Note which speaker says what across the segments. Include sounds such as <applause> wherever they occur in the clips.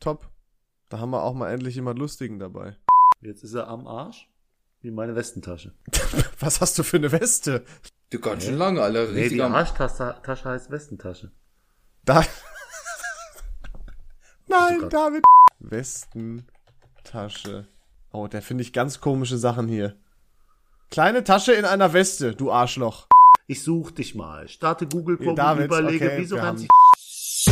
Speaker 1: Top. Da haben wir auch mal endlich jemand Lustigen dabei.
Speaker 2: Jetzt ist er am Arsch, wie meine Westentasche.
Speaker 1: Was hast du für eine Weste?
Speaker 3: Du ganz schön lange, Alter.
Speaker 2: Nee, die
Speaker 3: Richtig am
Speaker 2: Arschtasche Tasche heißt Westentasche.
Speaker 1: Da. <laughs> Nein,
Speaker 2: Gott.
Speaker 1: David. Westentasche. Oh, da finde ich ganz komische Sachen hier. Kleine Tasche in einer Weste, du Arschloch.
Speaker 2: Ich such dich mal. Starte Google,
Speaker 1: Ja,
Speaker 2: guck und
Speaker 1: David,
Speaker 2: überlege,
Speaker 1: okay,
Speaker 2: wieso
Speaker 1: wir
Speaker 2: rennt
Speaker 1: haben-
Speaker 2: sich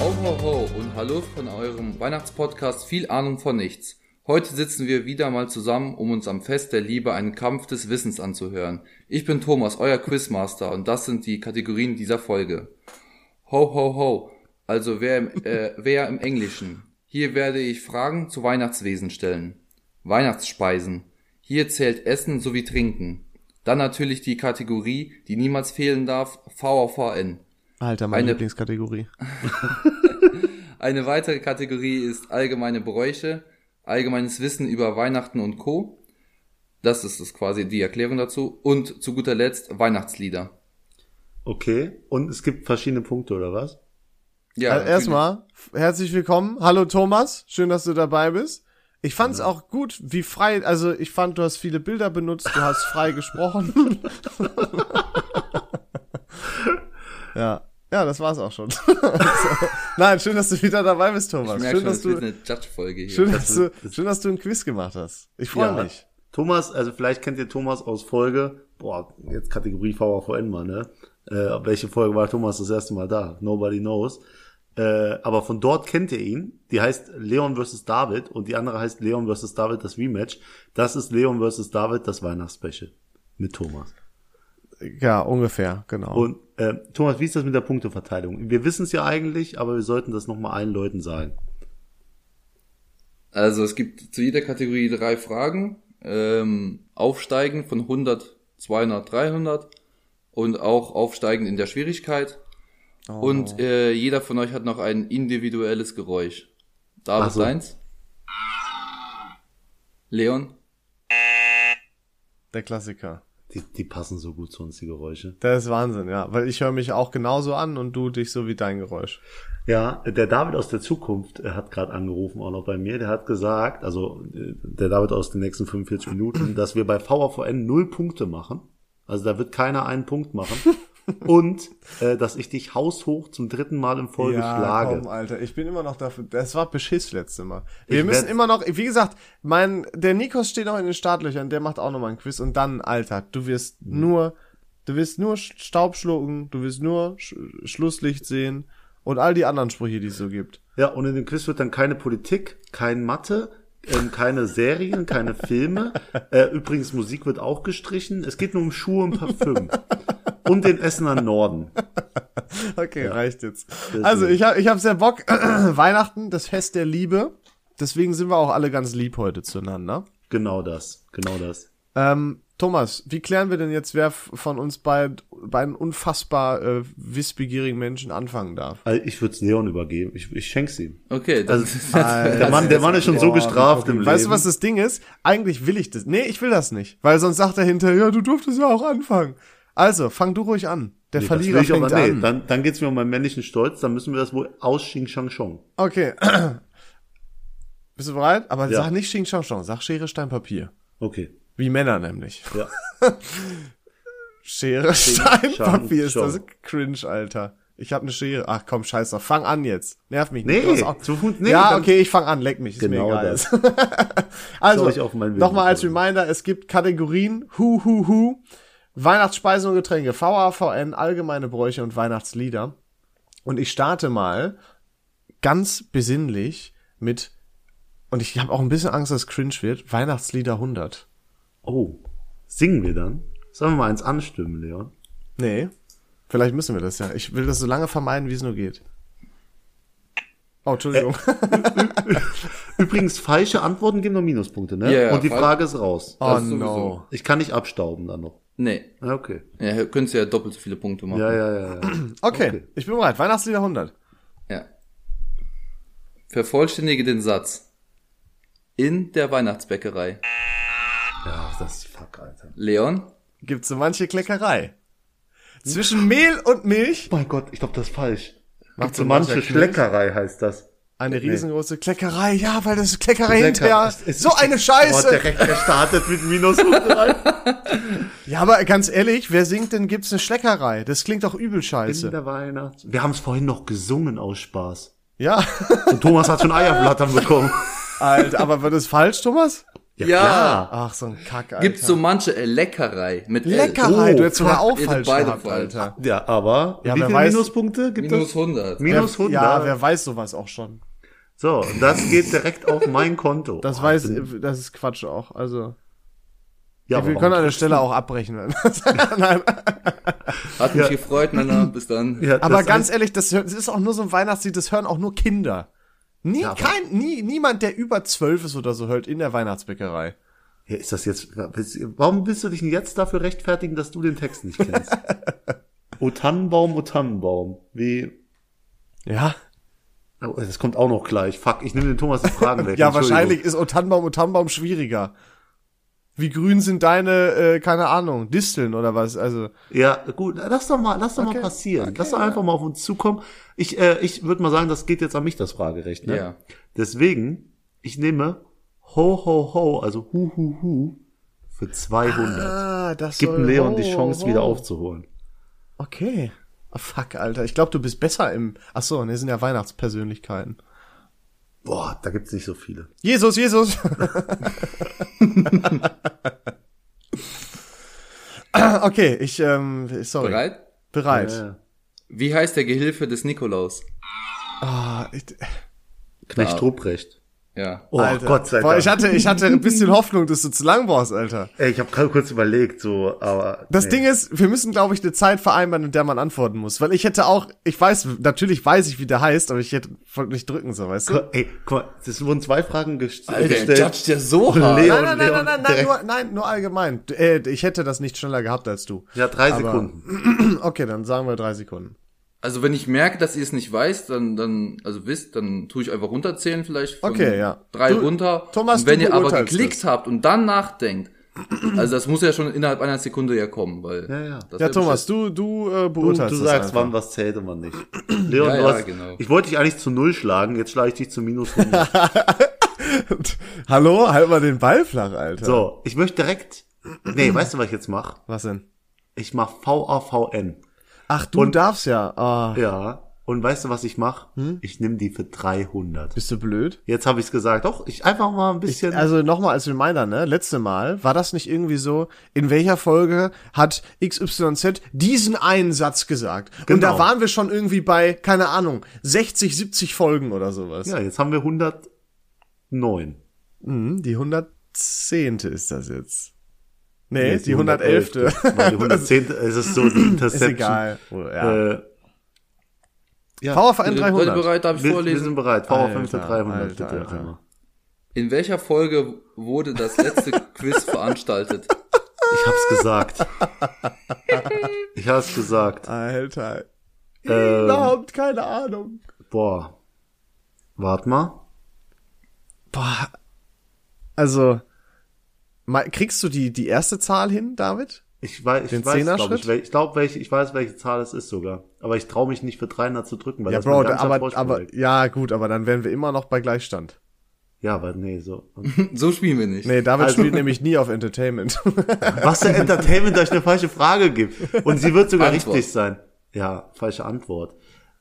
Speaker 3: Ho, ho, ho und hallo von eurem Weihnachtspodcast Viel Ahnung von Nichts. Heute sitzen wir wieder mal zusammen, um uns am Fest der Liebe einen Kampf des Wissens anzuhören. Ich bin Thomas, euer Quizmaster und das sind die Kategorien dieser Folge. Ho, ho, ho, also wer im,
Speaker 2: <laughs>
Speaker 3: äh, wer im Englischen. Hier werde ich Fragen zu Weihnachtswesen stellen. Weihnachtsspeisen. Hier zählt Essen sowie Trinken. Dann natürlich die Kategorie, die niemals fehlen darf, VVN.
Speaker 1: Alter, meine
Speaker 3: Eine-
Speaker 1: Lieblingskategorie.
Speaker 3: Eine weitere Kategorie ist allgemeine Bräuche, allgemeines Wissen über Weihnachten und Co. Das ist es quasi die Erklärung dazu. Und zu guter Letzt Weihnachtslieder.
Speaker 2: Okay, und es gibt verschiedene Punkte, oder was?
Speaker 3: Ja,
Speaker 1: also erstmal, herzlich willkommen. Hallo Thomas, schön, dass du dabei bist. Ich fand's auch gut, wie frei, also ich fand, du hast viele Bilder benutzt, du hast frei gesprochen. ja. Ja, das war's auch schon. <laughs> Nein, schön, dass du wieder dabei bist,
Speaker 3: natürlich.
Speaker 1: Thomas.
Speaker 3: ich merke
Speaker 1: Schön,
Speaker 3: schon,
Speaker 1: dass
Speaker 3: das wird
Speaker 1: du,
Speaker 3: eine Judge-Folge hier.
Speaker 1: schön, dass du,
Speaker 2: Das ist-
Speaker 1: schön, dass du ein Quiz gemacht hast. Ich freue
Speaker 2: Ja.
Speaker 1: mich.
Speaker 2: Thomas, also vielleicht kennt ihr Thomas aus Folge, boah, jetzt Kategorie VVN mal, ne? Äh, welche Folge war Thomas das erste Mal da? Nobody knows. Äh, aber von dort kennt ihr ihn. Die heißt Leon vs. David und die andere heißt Leon vs. David das Rematch. Das ist Leon vs. David das Weihnachtsspecial mit Thomas.
Speaker 1: Ja, ungefähr, genau.
Speaker 2: Und äh, Thomas, wie ist das mit der Punkteverteilung? Wir wissen es ja eigentlich, aber wir sollten das nochmal allen Leuten sagen.
Speaker 3: Also es gibt zu jeder Kategorie drei Fragen. Ähm, aufsteigen von 100, 200, 300 und auch aufsteigen in der Schwierigkeit.
Speaker 2: Oh.
Speaker 3: Und äh, jeder von euch hat noch ein individuelles Geräusch.
Speaker 2: Ach
Speaker 3: David
Speaker 2: so.
Speaker 3: eins. Leon.
Speaker 1: der Klassiker.
Speaker 2: Die, die passen so gut zu uns, die Geräusche.
Speaker 1: Das ist Wahnsinn, ja. Weil ich höre mich auch genauso an und du dich so wie dein Geräusch.
Speaker 2: Ja, der David aus der Zukunft äh, hat gerade angerufen, auch noch bei mir. Der hat gesagt, also äh, der David aus den nächsten 45 Minuten, dass wir bei VVN null Punkte machen. Also da wird keiner einen Punkt machen. Und äh, dass ich dich haushoch zum dritten Mal in Folge schlage.
Speaker 1: Komm, Alter, ich bin immer noch dafür. Das war Beschiss letzte Mal. Wir
Speaker 2: Ich
Speaker 1: müssen
Speaker 2: werd-
Speaker 1: immer noch, wie gesagt, mein, der Nikos steht noch in den Startlöchern, der macht auch noch mal ein Quiz und dann, Alter, du wirst
Speaker 2: Hm.
Speaker 1: nur, du wirst nur Sch- Staub schlucken, du wirst nur Sch Schlusslicht sehen und all die anderen Sprüche, die es so gibt.
Speaker 2: Ja, und in dem Quiz wird dann keine Politik, kein Mathe, ähm, keine Serien, keine
Speaker 1: <laughs>
Speaker 2: Filme. Äh, übrigens, Musik wird auch gestrichen. Es geht nur um Schuhe und Parfüm. Und den Essener Norden.
Speaker 1: Okay, reicht jetzt.
Speaker 2: Deswegen.
Speaker 1: Also, ich hab, ich hab sehr Bock. <clears throat> Weihnachten, das Fest der Liebe. Deswegen sind wir auch alle ganz lieb heute zueinander.
Speaker 2: Genau das, genau das.
Speaker 1: Ähm, Thomas, wie klären wir denn jetzt, wer f- von uns beid- beiden unfassbar äh, wissbegierigen Menschen anfangen darf?
Speaker 2: Also ich würde es Leon übergeben. Ich, ich schenk's ihm.
Speaker 3: Okay, das
Speaker 1: <laughs>
Speaker 2: Also,
Speaker 3: <laughs> ist
Speaker 2: der Mann, der Mann ist schon so gestraft im
Speaker 1: Weißt du,
Speaker 2: Leben.
Speaker 1: was das Ding ist? Eigentlich will ich das. Nee, ich will das nicht. Weil sonst sagt er hinterher, ja, du durftest ja auch anfangen. Also, fang du ruhig an. Der
Speaker 2: Nee, das
Speaker 1: Verlierer
Speaker 2: will ich
Speaker 1: fängt
Speaker 2: aber, nee,
Speaker 1: an.
Speaker 2: Dann, dann geht's mir um meinen männlichen Stolz. Dann müssen wir das wohl aus Xing Shang Chong.
Speaker 1: okay. <clears throat> Bist du bereit? Aber
Speaker 2: Ja.
Speaker 1: sag nicht Xing Shang Shang, sag Schere, Stein, Papier.
Speaker 2: Okay.
Speaker 1: Wie Männer nämlich.
Speaker 2: Ja.
Speaker 1: <laughs> Schere, Stein,
Speaker 2: Stein,
Speaker 1: Papier ist das
Speaker 2: Stein.
Speaker 1: cringe, Alter. Ich hab eine Schere. Ach komm, scheiß drauf. Fang an jetzt. Nerv mich nicht.
Speaker 2: Nee,
Speaker 1: Du hast auch-
Speaker 2: zu Hund- nee,
Speaker 1: ja,
Speaker 2: dann-
Speaker 1: okay, ich fang an. Leck mich. Ist
Speaker 2: Genau
Speaker 1: mir egal.
Speaker 2: das. Soll ich
Speaker 1: <laughs> also,
Speaker 2: auf meinen Willen
Speaker 1: nochmal als
Speaker 2: kommen?
Speaker 1: Reminder, es gibt Kategorien Hu Hu Hu, Weihnachtsspeisen und Getränke, VAVN, allgemeine Bräuche und Weihnachtslieder. Und ich starte mal ganz besinnlich mit, und ich habe auch ein bisschen Angst, dass es cringe wird, Weihnachtslieder 100.
Speaker 2: Oh. Singen wir dann? Sollen wir mal eins anstimmen, Leon?
Speaker 1: Nee. Vielleicht müssen wir das ja. Ich will das so lange vermeiden, wie es nur geht. Oh, Entschuldigung.
Speaker 3: Äh,
Speaker 2: Übrigens, falsche Antworten geben nur Minuspunkte, ne?
Speaker 3: Ja, ja,
Speaker 2: und die
Speaker 3: falsch.
Speaker 2: Frage ist raus.
Speaker 1: <laughs> oh
Speaker 3: das sowieso.
Speaker 1: no.
Speaker 2: Ich kann nicht abstauben dann noch.
Speaker 3: nee.
Speaker 2: Ja, okay.
Speaker 3: Ja, könntest du ja doppelt so viele Punkte machen.
Speaker 2: Ja,
Speaker 1: <clears throat>
Speaker 2: ja, ja. ja.
Speaker 1: Okay,
Speaker 2: Okay.
Speaker 1: ich bin bereit. Weihnachtslieder 100.
Speaker 3: Ja. Vervollständige den Satz. In der Weihnachtsbäckerei.
Speaker 2: Ja, das ist fuck, Alter.
Speaker 3: Leon?
Speaker 1: Gibt's so manche Kleckerei.
Speaker 3: Hm?
Speaker 1: Zwischen Mehl und Milch
Speaker 2: Oh mein Gott, ich glaube, das ist falsch. Macht so
Speaker 1: so
Speaker 2: manche
Speaker 1: mancher
Speaker 2: Schleckerei heißt das.
Speaker 1: eine riesengroße Kleckerei. Ja, weil das ist Kleckerei
Speaker 2: Lecker.
Speaker 1: hinterher.
Speaker 2: Es ist
Speaker 1: So eine
Speaker 2: Boah,
Speaker 1: Scheiße.
Speaker 2: direkt gestartet mit
Speaker 1: <laughs>
Speaker 2: minus 100.
Speaker 1: Ja, aber ganz ehrlich, wer singt denn gibt's eine Schleckerei? Das klingt doch übel scheiße.
Speaker 2: der Weihnacht. Wir haben es vorhin noch gesungen aus Spaß.
Speaker 1: Ja. <laughs>
Speaker 2: Und Thomas hat schon Eierblattern bekommen.
Speaker 1: Alter, aber war das falsch, Thomas?
Speaker 3: Ja.
Speaker 2: klar.
Speaker 1: Ach, so ein Kack, Alter.
Speaker 3: Gibt's so manche äh, Leckerei mit L.
Speaker 1: Leckerei,
Speaker 2: Oh,
Speaker 1: du hättest sogar
Speaker 2: fuck,
Speaker 1: auch
Speaker 3: ihr seid
Speaker 1: falsch
Speaker 3: beide
Speaker 1: gehabt,
Speaker 3: falsch.
Speaker 1: Alter.
Speaker 2: Ja, aber
Speaker 1: Ja,
Speaker 2: wie
Speaker 1: wer
Speaker 2: viele
Speaker 1: weiß-
Speaker 2: Minuspunkte gibt
Speaker 3: Minus
Speaker 2: es?
Speaker 3: 100.
Speaker 2: Minus 100.
Speaker 1: Ja, wer weiß sowas auch schon.
Speaker 2: so, und das geht direkt auf mein Konto.
Speaker 1: Das weiß, das ist Quatsch auch. Also, wir
Speaker 2: ja, aber
Speaker 1: können an
Speaker 2: warum-
Speaker 1: der Stelle auch abbrechen. Nein,
Speaker 3: Hat mich
Speaker 1: <laughs>
Speaker 3: gefreut, Männer. Bis dann.
Speaker 2: Ja, das
Speaker 1: aber
Speaker 2: heißt-
Speaker 1: ganz ehrlich, das, hört- das ist auch nur so ein Weihnachtslied, das hören auch nur Kinder. Nie,
Speaker 2: aber-
Speaker 1: kein, nie, niemand, der über zwölf ist oder so, hört in der Weihnachtsbäckerei.
Speaker 2: Ja, ist das jetzt, warum willst du dich denn jetzt dafür rechtfertigen, dass du den Text nicht kennst? <laughs> O Tannenbaum, O Tannenbaum. Wie,
Speaker 1: Ja.
Speaker 2: oh, das kommt auch noch gleich. Fuck, ich nehme den Thomas die Fragen <laughs> weg.
Speaker 1: Ja,
Speaker 2: Entschuldigung.
Speaker 1: wahrscheinlich ist O Tannenbaum O Tannenbaum schwieriger. Wie grün sind deine, äh, keine Ahnung, Disteln oder was? Also,
Speaker 2: Ja, gut, lass doch mal, lass doch mal
Speaker 1: Okay,
Speaker 2: passieren. lass doch einfach mal auf uns zukommen. Ich, äh, ich würde mal sagen, das geht jetzt an mich, das Fragerecht. Ne?
Speaker 3: Ja.
Speaker 2: Deswegen, ich nehme Ho Ho Ho, also Hu Hu Hu, für 200.
Speaker 1: das
Speaker 2: Gib
Speaker 1: soll-
Speaker 2: dem Leon die
Speaker 1: oh,
Speaker 2: Chance,
Speaker 1: oh.
Speaker 2: wieder aufzuholen.
Speaker 1: Okay. Ah, fuck, Alter. Ich glaube, du bist besser im. Ach so, ne, sind ja Weihnachtspersönlichkeiten.
Speaker 2: Boah, da gibt's nicht so viele.
Speaker 1: Jesus,
Speaker 2: <laughs>
Speaker 1: Jesus. okay, ich ähm, sorry.
Speaker 3: Bereit?
Speaker 1: Bereit.
Speaker 2: Äh,
Speaker 3: Wie heißt der Gehilfe des Nikolaus?
Speaker 1: Ah, ich,
Speaker 2: Knecht Ruprecht.
Speaker 3: Ja.
Speaker 2: Oh
Speaker 1: Alter.
Speaker 2: Gott sei
Speaker 1: Boah,
Speaker 2: Dank.
Speaker 1: ich hatte, ich hatte ein bisschen Hoffnung, dass du zu lang brauchst, Alter.
Speaker 2: Ey, ich habe gerade kurz überlegt, so, aber.
Speaker 1: Das
Speaker 2: nee.
Speaker 1: Ding ist, wir müssen, glaube ich, eine Zeit vereinbaren, in der man antworten muss. Weil ich hätte auch, ich weiß, natürlich weiß ich, wie der heißt, aber ich hätte wollte nicht drücken, so, weißt du?
Speaker 2: Guck- Ey, guck mal, es wurden zwei Fragen gest
Speaker 3: Alter, der
Speaker 2: gestellt. Ah.
Speaker 3: judgt ja
Speaker 1: Oh,
Speaker 3: so
Speaker 2: Leon,
Speaker 3: hart.
Speaker 2: Leon,
Speaker 1: Nein, nein, nein, nein, nein,
Speaker 2: direkt-
Speaker 1: nur, nein, nur allgemein. D- Äh, ich hätte das nicht schneller gehabt als du.
Speaker 2: ja, drei
Speaker 1: Aber-
Speaker 2: Sekunden.
Speaker 1: <clears throat> Okay, dann sagen wir drei Sekunden.
Speaker 3: Also wenn ich merke, dass ihr es nicht weißt, dann, dann, also wisst, dann tue ich einfach runterzählen vielleicht. von
Speaker 1: Okay, ja.
Speaker 3: Drei
Speaker 1: Du-
Speaker 3: runter.
Speaker 1: Thomas,
Speaker 3: und wenn
Speaker 1: du
Speaker 3: ihr aber
Speaker 1: beurteilst
Speaker 3: geklickt
Speaker 1: es.
Speaker 3: habt und dann nachdenkt, also das muss ja schon innerhalb einer Sekunde ja kommen, weil.
Speaker 2: Ja, ja.
Speaker 3: das
Speaker 1: Ja,
Speaker 3: wär
Speaker 1: Thomas, du, du äh,
Speaker 2: Du,
Speaker 1: beurteilst
Speaker 2: du
Speaker 1: das
Speaker 2: sagst,
Speaker 1: einfach.
Speaker 2: wann was zählt und <clears throat> wann nicht. Leon,
Speaker 3: Ja,
Speaker 2: du
Speaker 3: ja,
Speaker 2: hast,
Speaker 3: genau.
Speaker 2: ich wollte dich eigentlich zu Null schlagen, jetzt schlage ich dich zu Minus <laughs> 100.
Speaker 1: Hallo, halt mal den Ball flach, Alter.
Speaker 2: so, ich möchte direkt, nee, weißt du, was ich jetzt mache?
Speaker 1: Was denn?
Speaker 2: Ich mache VAVN.
Speaker 1: Ach, du
Speaker 2: Und-
Speaker 1: darfst ja. Ah,
Speaker 2: Ja, Hm? und weißt du, was ich mache? Ich nehme die für 300.
Speaker 1: Bist du blöd?
Speaker 2: Jetzt habe ich es gesagt, doch, ich einfach mal ein bisschen,
Speaker 1: Also nochmal als Reminder, ne? Letzte Mal war das nicht irgendwie so, in welcher Folge hat XYZ diesen einen Satz gesagt? Und
Speaker 2: Genau.
Speaker 1: da waren wir schon irgendwie bei, keine Ahnung, 60, 70 Folgen oder sowas.
Speaker 2: ja, jetzt haben wir 109.
Speaker 1: Mhm, die 110. ist das jetzt. Nee, die 111.
Speaker 2: 111.
Speaker 1: <laughs>
Speaker 2: Weil die 110. es ist
Speaker 1: <clears throat>
Speaker 2: so
Speaker 1: ist
Speaker 2: die Interception.
Speaker 1: egal. Oh, ja.
Speaker 2: Äh, ja.
Speaker 1: VfN
Speaker 3: Seid ihr
Speaker 1: 300.
Speaker 3: bereit? Darf ich
Speaker 2: wir, wir
Speaker 3: vorlesen?
Speaker 2: sind bereit. VAVN für
Speaker 1: Alter,
Speaker 2: 300,
Speaker 1: Alter,
Speaker 2: bitte.
Speaker 1: Alter.
Speaker 3: In welcher Folge wurde
Speaker 1: <laughs>
Speaker 3: das letzte Quiz veranstaltet?
Speaker 2: Ich hab's gesagt. ich hab's gesagt.
Speaker 1: Alter.
Speaker 2: Ähm.
Speaker 1: Überhaupt keine Ahnung.
Speaker 2: Boah. Wart mal.
Speaker 1: Boah. Also, mal, kriegst du die, die erste Zahl hin, David?
Speaker 2: Ich weiß, ich
Speaker 1: Den
Speaker 2: weiß, glaube
Speaker 1: Zehnerschritt?
Speaker 2: ich, wel- ich glaube, welche, ich weiß, welche Zahl es ist sogar. Aber ich traue mich nicht für 300 zu drücken, weil
Speaker 1: Ja,
Speaker 2: das mein
Speaker 1: Bro,
Speaker 2: ganzer
Speaker 1: aber,
Speaker 2: Vorsprung
Speaker 1: aber,
Speaker 2: weg.
Speaker 1: ja, gut, aber dann wären wir immer noch bei Gleichstand.
Speaker 2: ja, aber nee, so.
Speaker 3: So spielen wir nicht.
Speaker 1: Nee, David
Speaker 2: Also-
Speaker 1: spielt nämlich nie auf
Speaker 3: <laughs>
Speaker 1: Entertainment.
Speaker 2: Was für Entertainment, da ich eine falsche Frage gebe. Und sie wird sogar
Speaker 3: Antwort.
Speaker 2: richtig sein. Ja, falsche Antwort.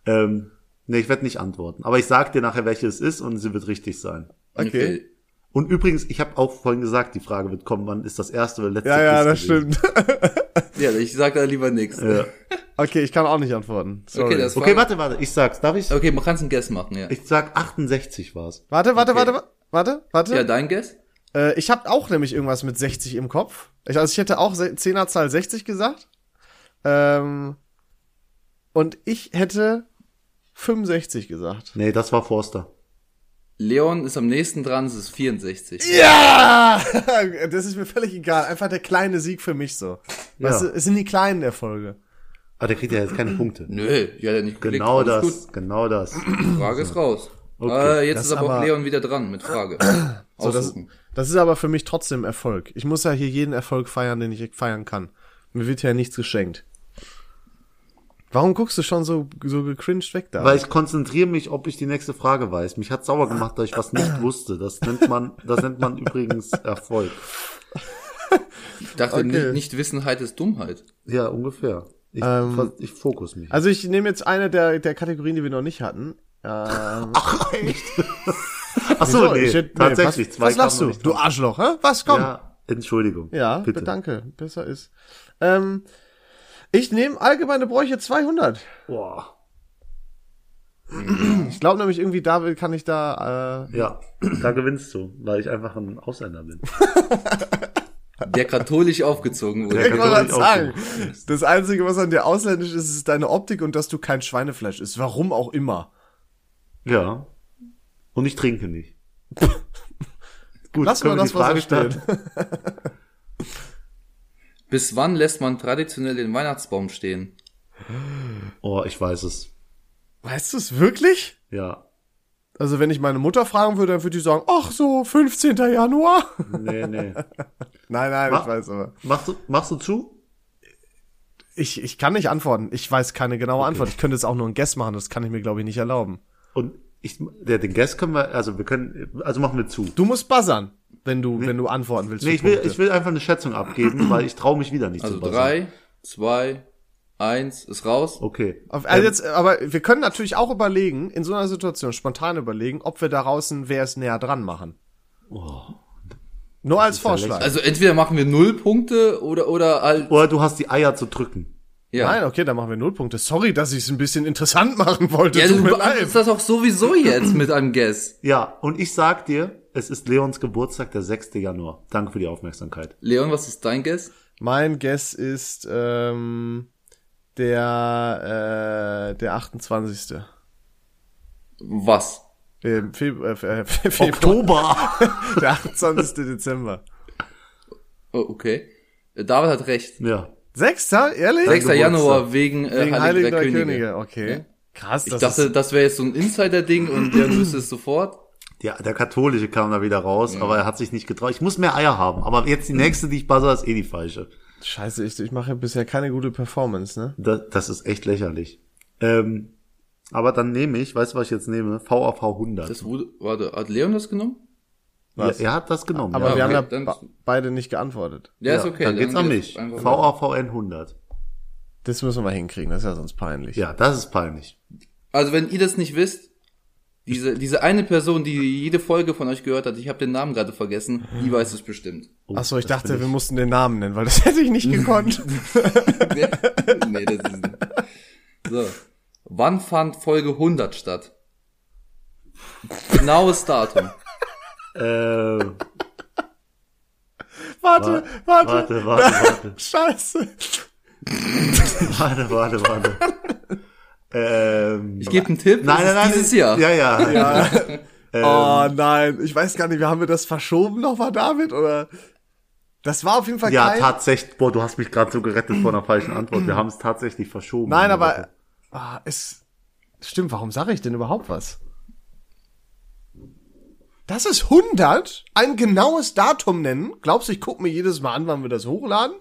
Speaker 2: Ähm, nee, ich werde nicht antworten. Aber ich sag dir nachher, welche es ist und sie wird richtig sein.
Speaker 1: okay.
Speaker 2: Und übrigens, ich habe auch vorhin gesagt, die Frage wird kommen, wann ist das erste oder letzte
Speaker 1: ja, ja, das
Speaker 2: Quiz gewesen?
Speaker 1: stimmt.
Speaker 3: Äh, Ja, ich sag da lieber nichts.
Speaker 1: Okay, ich kann auch nicht antworten. Sorry.
Speaker 3: Okay, das war.
Speaker 2: Okay, warte, warte, ich sag's. Darf ich?
Speaker 3: okay, man kann einen Guess machen, ja.
Speaker 2: Ich sag 68 war's.
Speaker 1: warte, warte,
Speaker 3: Okay.
Speaker 1: warte, warte, warte.
Speaker 3: Ja, dein Guess?
Speaker 1: Äh, ich habe auch nämlich irgendwas mit 60 im Kopf. Ich, also ich hätte auch se- Zehnerzahl 60 gesagt. Ähm, und ich hätte 65 gesagt.
Speaker 2: Nee, das war Forster.
Speaker 3: Leon ist am nächsten dran, es ist 64.
Speaker 1: Ja! <laughs> Das ist mir völlig egal. Einfach der kleine Sieg für mich so.
Speaker 2: Ja.
Speaker 1: Weißt du, es sind die kleinen Erfolge.
Speaker 2: Ah, der kriegt ja jetzt keine Punkte.
Speaker 3: Nö, ich hatte nicht geklickt.
Speaker 2: Genau
Speaker 3: alles
Speaker 2: das, genau das.
Speaker 3: Gut. Frage ist raus.
Speaker 2: Okay,
Speaker 3: äh, jetzt
Speaker 1: das
Speaker 3: ist aber auch
Speaker 1: aber-
Speaker 3: Leon wieder dran mit Frage.
Speaker 1: So, das,
Speaker 3: aussuchen.
Speaker 1: das ist aber für mich trotzdem Erfolg. Ich muss ja hier jeden Erfolg feiern, den ich feiern kann. Mir wird ja nichts geschenkt. Warum guckst du schon so, so gecringed weg da?
Speaker 2: Weil ich konzentriere mich, ob ich die nächste Frage weiß. Mich hat sauer gemacht, dass ich was nicht wusste. Das nennt man, das nennt man übrigens Erfolg.
Speaker 3: Ich dachte, nicht, nicht Wissenheit ist Dummheit.
Speaker 2: Ja, ungefähr. Ich, ich fokus mich.
Speaker 1: also ich nehme jetzt eine der, der Kategorien, die wir noch nicht hatten.
Speaker 2: Ach so, nee,
Speaker 1: ich hätte- nee,
Speaker 2: tatsächlich.
Speaker 1: was,
Speaker 2: zwei
Speaker 1: was lachst
Speaker 2: kamen
Speaker 1: du?
Speaker 2: noch
Speaker 1: Du Arschloch, hä? Was komm?
Speaker 2: Ja, Entschuldigung.
Speaker 1: Ja,
Speaker 2: bitte.
Speaker 1: danke. Besser ist. Ähm, ich nehme allgemeine Bräuche 200.
Speaker 2: Boah.
Speaker 1: Ich glaube nämlich irgendwie, David kann ich da. Äh,
Speaker 2: Ja, da gewinnst du, weil ich einfach ein Ausländer bin.
Speaker 3: Der katholisch aufgezogen wurde.
Speaker 2: Der
Speaker 1: ich wollte
Speaker 2: kann
Speaker 1: gerade sagen,
Speaker 2: ich auch
Speaker 1: das Einzige, was an dir ausländisch ist, ist deine Optik und dass du kein Schweinefleisch isst. Warum auch immer.
Speaker 2: Ja. Und ich trinke nicht. <laughs> Gut,
Speaker 1: Lass mal
Speaker 2: können wir die
Speaker 1: das, was
Speaker 2: Frage
Speaker 1: da steht.
Speaker 2: starten?
Speaker 3: Bis wann lässt man traditionell den Weihnachtsbaum stehen?
Speaker 2: <laughs> Oh, ich weiß es.
Speaker 1: <laughs> Weißt du es wirklich?
Speaker 2: Ja.
Speaker 1: Also wenn ich meine Mutter fragen würde, dann würde die sagen, ach so, 15.
Speaker 2: <laughs>
Speaker 1: Januar.
Speaker 2: Nee, nee.
Speaker 1: Nein, nein,
Speaker 2: Ma-
Speaker 1: ich weiß aber.
Speaker 2: Machst du, machst du zu?
Speaker 1: Ich, ich kann nicht antworten. Ich weiß keine genaue Antwort. Ich könnte jetzt auch nur ein Guess machen. Das kann ich mir, glaube ich, nicht erlauben.
Speaker 2: Und ich, der, den Guest können wir, also wir können, also machen wir zu.
Speaker 1: Du musst buzzern, wenn du, wenn du antworten willst.
Speaker 2: Nee,
Speaker 1: für
Speaker 2: ich will,
Speaker 1: Punkte.
Speaker 2: ich will einfach eine Schätzung abgeben, weil ich traue mich wieder nicht
Speaker 3: Also
Speaker 2: zu buzzern.
Speaker 3: drei, zwei, eins, ist raus.
Speaker 2: Okay.
Speaker 1: Auf, also jetzt, aber wir können natürlich auch überlegen, in so einer Situation spontan überlegen, ob wir daraus ein Wer ist näher dran machen. Nur als Vorschlag.
Speaker 3: Also entweder machen wir null Punkte oder, oder all,
Speaker 2: Oder du hast die Eier zu drücken.
Speaker 3: ja.
Speaker 1: Nein, okay, dann machen wir null Punkte. Sorry, dass ich es ein bisschen interessant <laughs> machen wollte.
Speaker 3: ja,
Speaker 1: Tut
Speaker 3: du
Speaker 1: mir
Speaker 3: beantwortest
Speaker 1: leid.
Speaker 3: das auch sowieso jetzt mit einem Guess.
Speaker 2: Ja, und ich sag dir, es ist Leons Geburtstag, der 6. Januar. Danke für die Aufmerksamkeit.
Speaker 3: Leon, was ist dein Guess?
Speaker 1: Mein Guess ist ähm, der, äh, der 28.
Speaker 3: Was?
Speaker 1: Im Feb äh, Fe- <laughs> äh, Februar.
Speaker 2: Oktober! <laughs>
Speaker 1: Der 28. Dezember.
Speaker 3: Oh, okay. Äh, David hat recht.
Speaker 2: ja.
Speaker 1: 6. Ehrlich?
Speaker 3: 6.
Speaker 2: Geburtstag.
Speaker 3: Januar wegen, äh,
Speaker 1: Wegen
Speaker 3: Heiligen,
Speaker 1: Heiligen
Speaker 3: der,
Speaker 1: Drei
Speaker 3: Könige.
Speaker 1: Könige. Okay.
Speaker 3: Ja.
Speaker 1: Krass, das
Speaker 3: Ich dachte,
Speaker 1: ist,
Speaker 3: das wäre jetzt so ein Insider-Ding und der wüsste es sofort.
Speaker 2: Ja, der Katholische kam da wieder raus, aber er hat sich nicht getraut. Ich muss mehr Eier haben, aber jetzt die nächste, die ich buzzer, ist eh die falsche.
Speaker 1: scheiße, ich, ich mache bisher keine gute Performance, ne?
Speaker 2: Das, das ist echt lächerlich. Ähm, aber dann nehme ich, weißt du, was ich jetzt nehme? VAV 100.
Speaker 3: Das wurde, warte, hat Leon das genommen?
Speaker 2: ja, er hat das genommen.
Speaker 1: Aber
Speaker 2: ja.
Speaker 1: wir
Speaker 3: okay,
Speaker 1: haben da
Speaker 3: dann-
Speaker 1: ba- beide nicht geantwortet.
Speaker 3: Ja, ist
Speaker 2: Ja,
Speaker 3: okay.
Speaker 2: Dann geht's an mich.
Speaker 3: einfach-
Speaker 2: VAVN 100.
Speaker 1: Das müssen wir hinkriegen, das ist ja sonst peinlich.
Speaker 2: Ja, das ist peinlich.
Speaker 3: Also wenn ihr das nicht wisst, diese, diese eine Person, die jede Folge von euch gehört hat, ich habe den Namen gerade vergessen, die weiß es bestimmt.
Speaker 2: Oh,
Speaker 1: Ach so, ich
Speaker 2: das
Speaker 1: dachte,
Speaker 2: bin
Speaker 1: wir mussten den Namen nennen, weil das <laughs> hätte ich nicht
Speaker 2: <laughs>
Speaker 1: gekonnt.
Speaker 3: nee, <laughs> nee, das ist nicht. So. Wann fand Folge 100 statt? Genaues Datum.
Speaker 2: Äh,
Speaker 1: warte, warte, <laughs>
Speaker 2: warte, warte, warte,
Speaker 1: Scheiße.
Speaker 2: warte, warte, warte. Ähm,
Speaker 3: Ich gebe einen Tipp.
Speaker 2: nein,
Speaker 3: es
Speaker 2: nein,
Speaker 3: ist
Speaker 2: nein.
Speaker 3: Dieses Jahr.
Speaker 2: Ja,
Speaker 3: <laughs>
Speaker 2: ja. ja. Ähm.
Speaker 1: oh nein, ich weiß gar nicht, haben wir das verschoben nochmal, David? Oder? Das war auf jeden Fall
Speaker 2: Ja,
Speaker 1: kein...
Speaker 2: tatsächlich. Boah, du hast mich gerade so gerettet vor einer falschen Antwort. Wir haben es tatsächlich verschoben.
Speaker 1: Mhm. Nein,
Speaker 2: Leute.
Speaker 1: aber ah, es stimmt. Warum sage ich denn überhaupt was? Das ist 100. Ein genaues Datum nennen. Glaubst du, ich gucke mir jedes Mal an, wann wir das hochladen?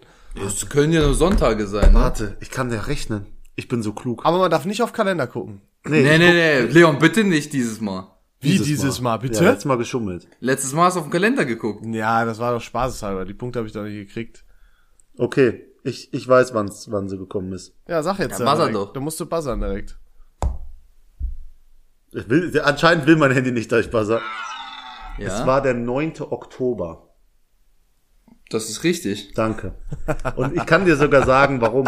Speaker 3: Es können ja nur Sonntage sein. Ne?
Speaker 2: Warte, ich kann ja rechnen. Ich bin so klug.
Speaker 1: Aber man darf nicht auf Kalender gucken.
Speaker 3: Nee, nee, nee. Leon, bitte nicht dieses Mal.
Speaker 1: Wie dieses, Mal, bitte?
Speaker 2: Ja,
Speaker 1: Ja,
Speaker 2: letztes Mal geschummelt.
Speaker 3: Letztes Mal hast du auf den Kalender geguckt.
Speaker 1: das war doch spaßeshalber. Die Punkte habe ich doch nicht gekriegt.
Speaker 2: Okay, ich, ich weiß, wann's, wann sie gekommen ist.
Speaker 1: Ja, sag jetzt.
Speaker 3: Ja, buzzer
Speaker 1: direkt.
Speaker 3: doch.
Speaker 1: Du musst du buzzern direkt.
Speaker 2: Ich will, anscheinend will mein Handy nicht, dass ich buzzer.
Speaker 3: Ja,
Speaker 2: Es war der 9. Oktober.
Speaker 3: das ist richtig.
Speaker 2: Danke. Und ich kann dir sogar sagen, warum.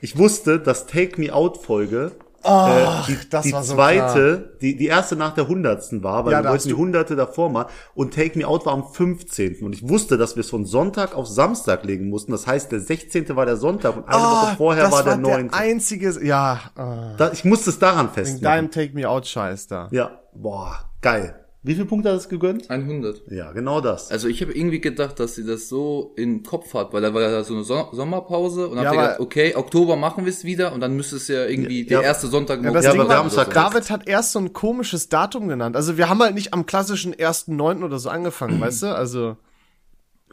Speaker 2: Ich wusste, dass Take Me Out Folge äh,
Speaker 1: Ach,
Speaker 2: die,
Speaker 1: das
Speaker 2: die
Speaker 1: war so klar.
Speaker 2: zweite, die, die erste nach der hundertsten war, weil
Speaker 1: Ja, da
Speaker 2: wir wollten
Speaker 1: hast
Speaker 2: die
Speaker 1: du-
Speaker 2: hunderte davor mal. Und Take Me Out war am 15. Und ich wusste, dass wir es von Sonntag auf Samstag legen mussten. Das heißt, der 16. war der Sonntag und eine Woche
Speaker 1: Ah,
Speaker 2: Oh, vorher
Speaker 1: das
Speaker 2: war der
Speaker 1: der
Speaker 2: 9.
Speaker 1: einzige. Ja, ah,
Speaker 2: Da, ich musste es daran festmachen.
Speaker 1: dein Take Me Out Scheiß da.
Speaker 2: Ja, boah, geil. Wie viel Punkte hat es gegönnt?
Speaker 3: 100.
Speaker 2: Ja, genau das.
Speaker 3: Also ich habe irgendwie gedacht, dass sie das so in den Kopf hat, weil da war ja so eine Son Sommerpause und hab
Speaker 1: Ja,
Speaker 3: habe
Speaker 1: aber-
Speaker 3: gedacht, okay, Oktober machen wir es wieder und dann müsste es ja irgendwie
Speaker 2: Ja,
Speaker 3: der erste Sonntag im
Speaker 1: Ja, das
Speaker 2: Ja,
Speaker 3: Oktober
Speaker 1: Ding
Speaker 2: aber wir
Speaker 1: war,
Speaker 2: haben's verkackt.
Speaker 1: David hat erst so ein komisches Datum genannt. Also wir haben halt nicht am klassischen 1.9. oder so angefangen, weißt du? Also,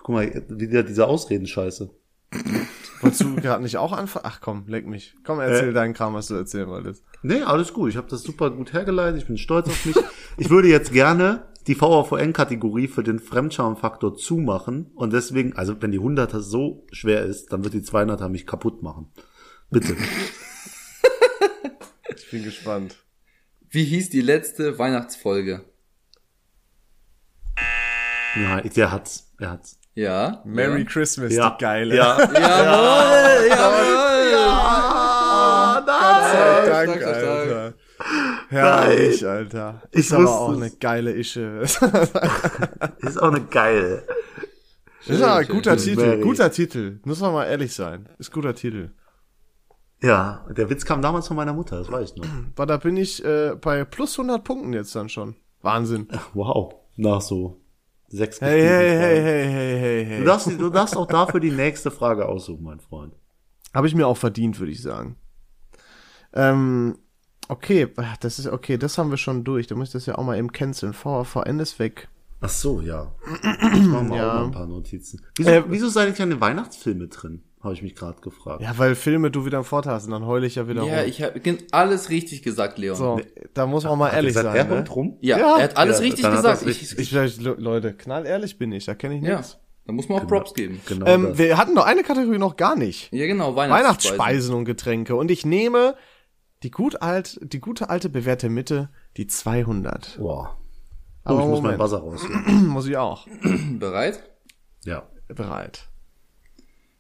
Speaker 2: Guck mal, wieder diese Ausreden-Scheiße.
Speaker 1: wolltest du gerade nicht auch anfangen? Ach komm, leck mich. Komm, erzähl deinen Kram, was du erzählen wolltest.
Speaker 2: Nee, alles gut. Ich habe das super gut hergeleitet. Ich bin stolz auf mich. Ich würde jetzt gerne die VAVN-Kategorie für den Fremdscham-Faktor zumachen. Und deswegen, also wenn die 100er so schwer ist, dann wird die 200er mich kaputt machen. Bitte.
Speaker 1: Ich bin gespannt.
Speaker 3: Wie hieß die letzte Weihnachtsfolge?
Speaker 2: Ja, der hat's. Er hat's.
Speaker 3: Ja.
Speaker 1: Merry
Speaker 3: ja.
Speaker 1: Christmas,
Speaker 2: Ja.
Speaker 1: die geile.
Speaker 2: <laughs> Ja.
Speaker 3: Jawohl, jawohl.
Speaker 1: Gott sei
Speaker 3: Stark,
Speaker 1: Dank,
Speaker 3: stark, stark.
Speaker 1: Alter. Herrlich, Alter.
Speaker 2: Ich
Speaker 1: Ist aber
Speaker 2: wusste
Speaker 1: auch
Speaker 2: es.
Speaker 1: eine geile Ische.
Speaker 2: Ist auch eine geile.
Speaker 1: ja,
Speaker 3: schön,
Speaker 1: guter
Speaker 2: schön.
Speaker 1: Titel,
Speaker 2: Very.
Speaker 1: guter Titel. Muss man mal ehrlich sein. Ist guter Titel.
Speaker 2: Ja, der Witz kam damals von meiner Mutter, das weiß ich noch.
Speaker 1: Aber da bin ich äh, bei plus 100 Punkten jetzt dann schon. Wahnsinn.
Speaker 2: Wow. Nach so sechs
Speaker 1: Hey, hey,
Speaker 2: gespielten
Speaker 1: hey,
Speaker 2: Fragen.
Speaker 1: hey, hey, hey, hey.
Speaker 2: Du darfst, du darfst auch dafür die nächste Frage aussuchen, mein Freund.
Speaker 1: Habe ich mir auch verdient, würde ich sagen. Ähm, okay, das ist okay, das haben wir schon durch. Da muss ich das ja auch mal eben canceln. VVN ist weg.
Speaker 2: Ach
Speaker 1: <clears throat>
Speaker 2: so, ja. Ich mache mal auch mal ein paar Notizen. Wieso,
Speaker 1: Äh,
Speaker 2: wieso sind eigentlich keine Weihnachtsfilme drin? Habe ich mich gerade gefragt.
Speaker 1: Ja, weil Filme du wieder im Vorteil hast und dann heule ich ja wieder
Speaker 3: Ja,
Speaker 1: rum.
Speaker 3: ich habe alles richtig gesagt, Leon.
Speaker 1: So, da muss man mal
Speaker 2: Hat
Speaker 1: ehrlich
Speaker 2: gesagt,
Speaker 1: sein.
Speaker 2: er
Speaker 1: ne?
Speaker 2: kommt rum?
Speaker 3: Ja,
Speaker 1: Ja.
Speaker 3: er hat alles
Speaker 2: Ja,
Speaker 3: richtig
Speaker 2: dann hat
Speaker 3: gesagt.
Speaker 2: er's richtig
Speaker 3: Ich,
Speaker 1: Ich, ich, Leute, knallehrlich bin ich, da kenne ich
Speaker 3: ja,
Speaker 1: nichts.
Speaker 3: da muss man auch Props geben.
Speaker 2: Genau
Speaker 1: Ähm,
Speaker 2: das.
Speaker 1: wir hatten noch eine Kategorie noch gar nicht.
Speaker 3: Ja, genau, Weihnachtsspeisen.
Speaker 1: Weihnachtsspeisen und Getränke. Und ich nehme die gut alt, die gute alte bewährte Mitte, die 200.
Speaker 2: Boah. Oh,
Speaker 1: Aber
Speaker 2: ich muss meinen
Speaker 1: Moment.
Speaker 2: Buzzer
Speaker 1: <clears throat>
Speaker 2: rausholen.
Speaker 1: Muss ich auch.
Speaker 3: Hm, Bereit?
Speaker 1: <clears throat>
Speaker 2: Ja.
Speaker 1: Bereit.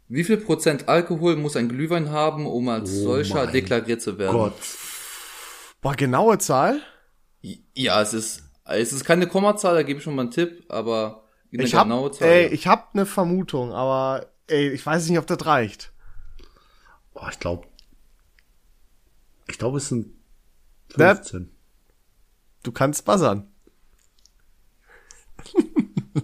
Speaker 3: Wie viel Prozent Alkohol muss ein Glühwein haben, um als
Speaker 1: Oh
Speaker 3: solcher
Speaker 2: mein
Speaker 3: deklariert zu
Speaker 1: Ähm.
Speaker 3: werden?
Speaker 2: Gott.
Speaker 1: Boah, genaue Zahl?
Speaker 3: Ja, es ist, es ist keine Kommazahl, da gebe ich schon mal einen Tipp, aber eine
Speaker 1: Ich hab,
Speaker 3: genaue Zahl.
Speaker 1: ey,
Speaker 3: ja.
Speaker 1: ich hab eine Vermutung, aber ey, ich weiß nicht, ob das reicht.
Speaker 2: Boah, ich glaube, ich glaube, es sind
Speaker 1: Na?
Speaker 2: 15.
Speaker 1: Du kannst buzzern.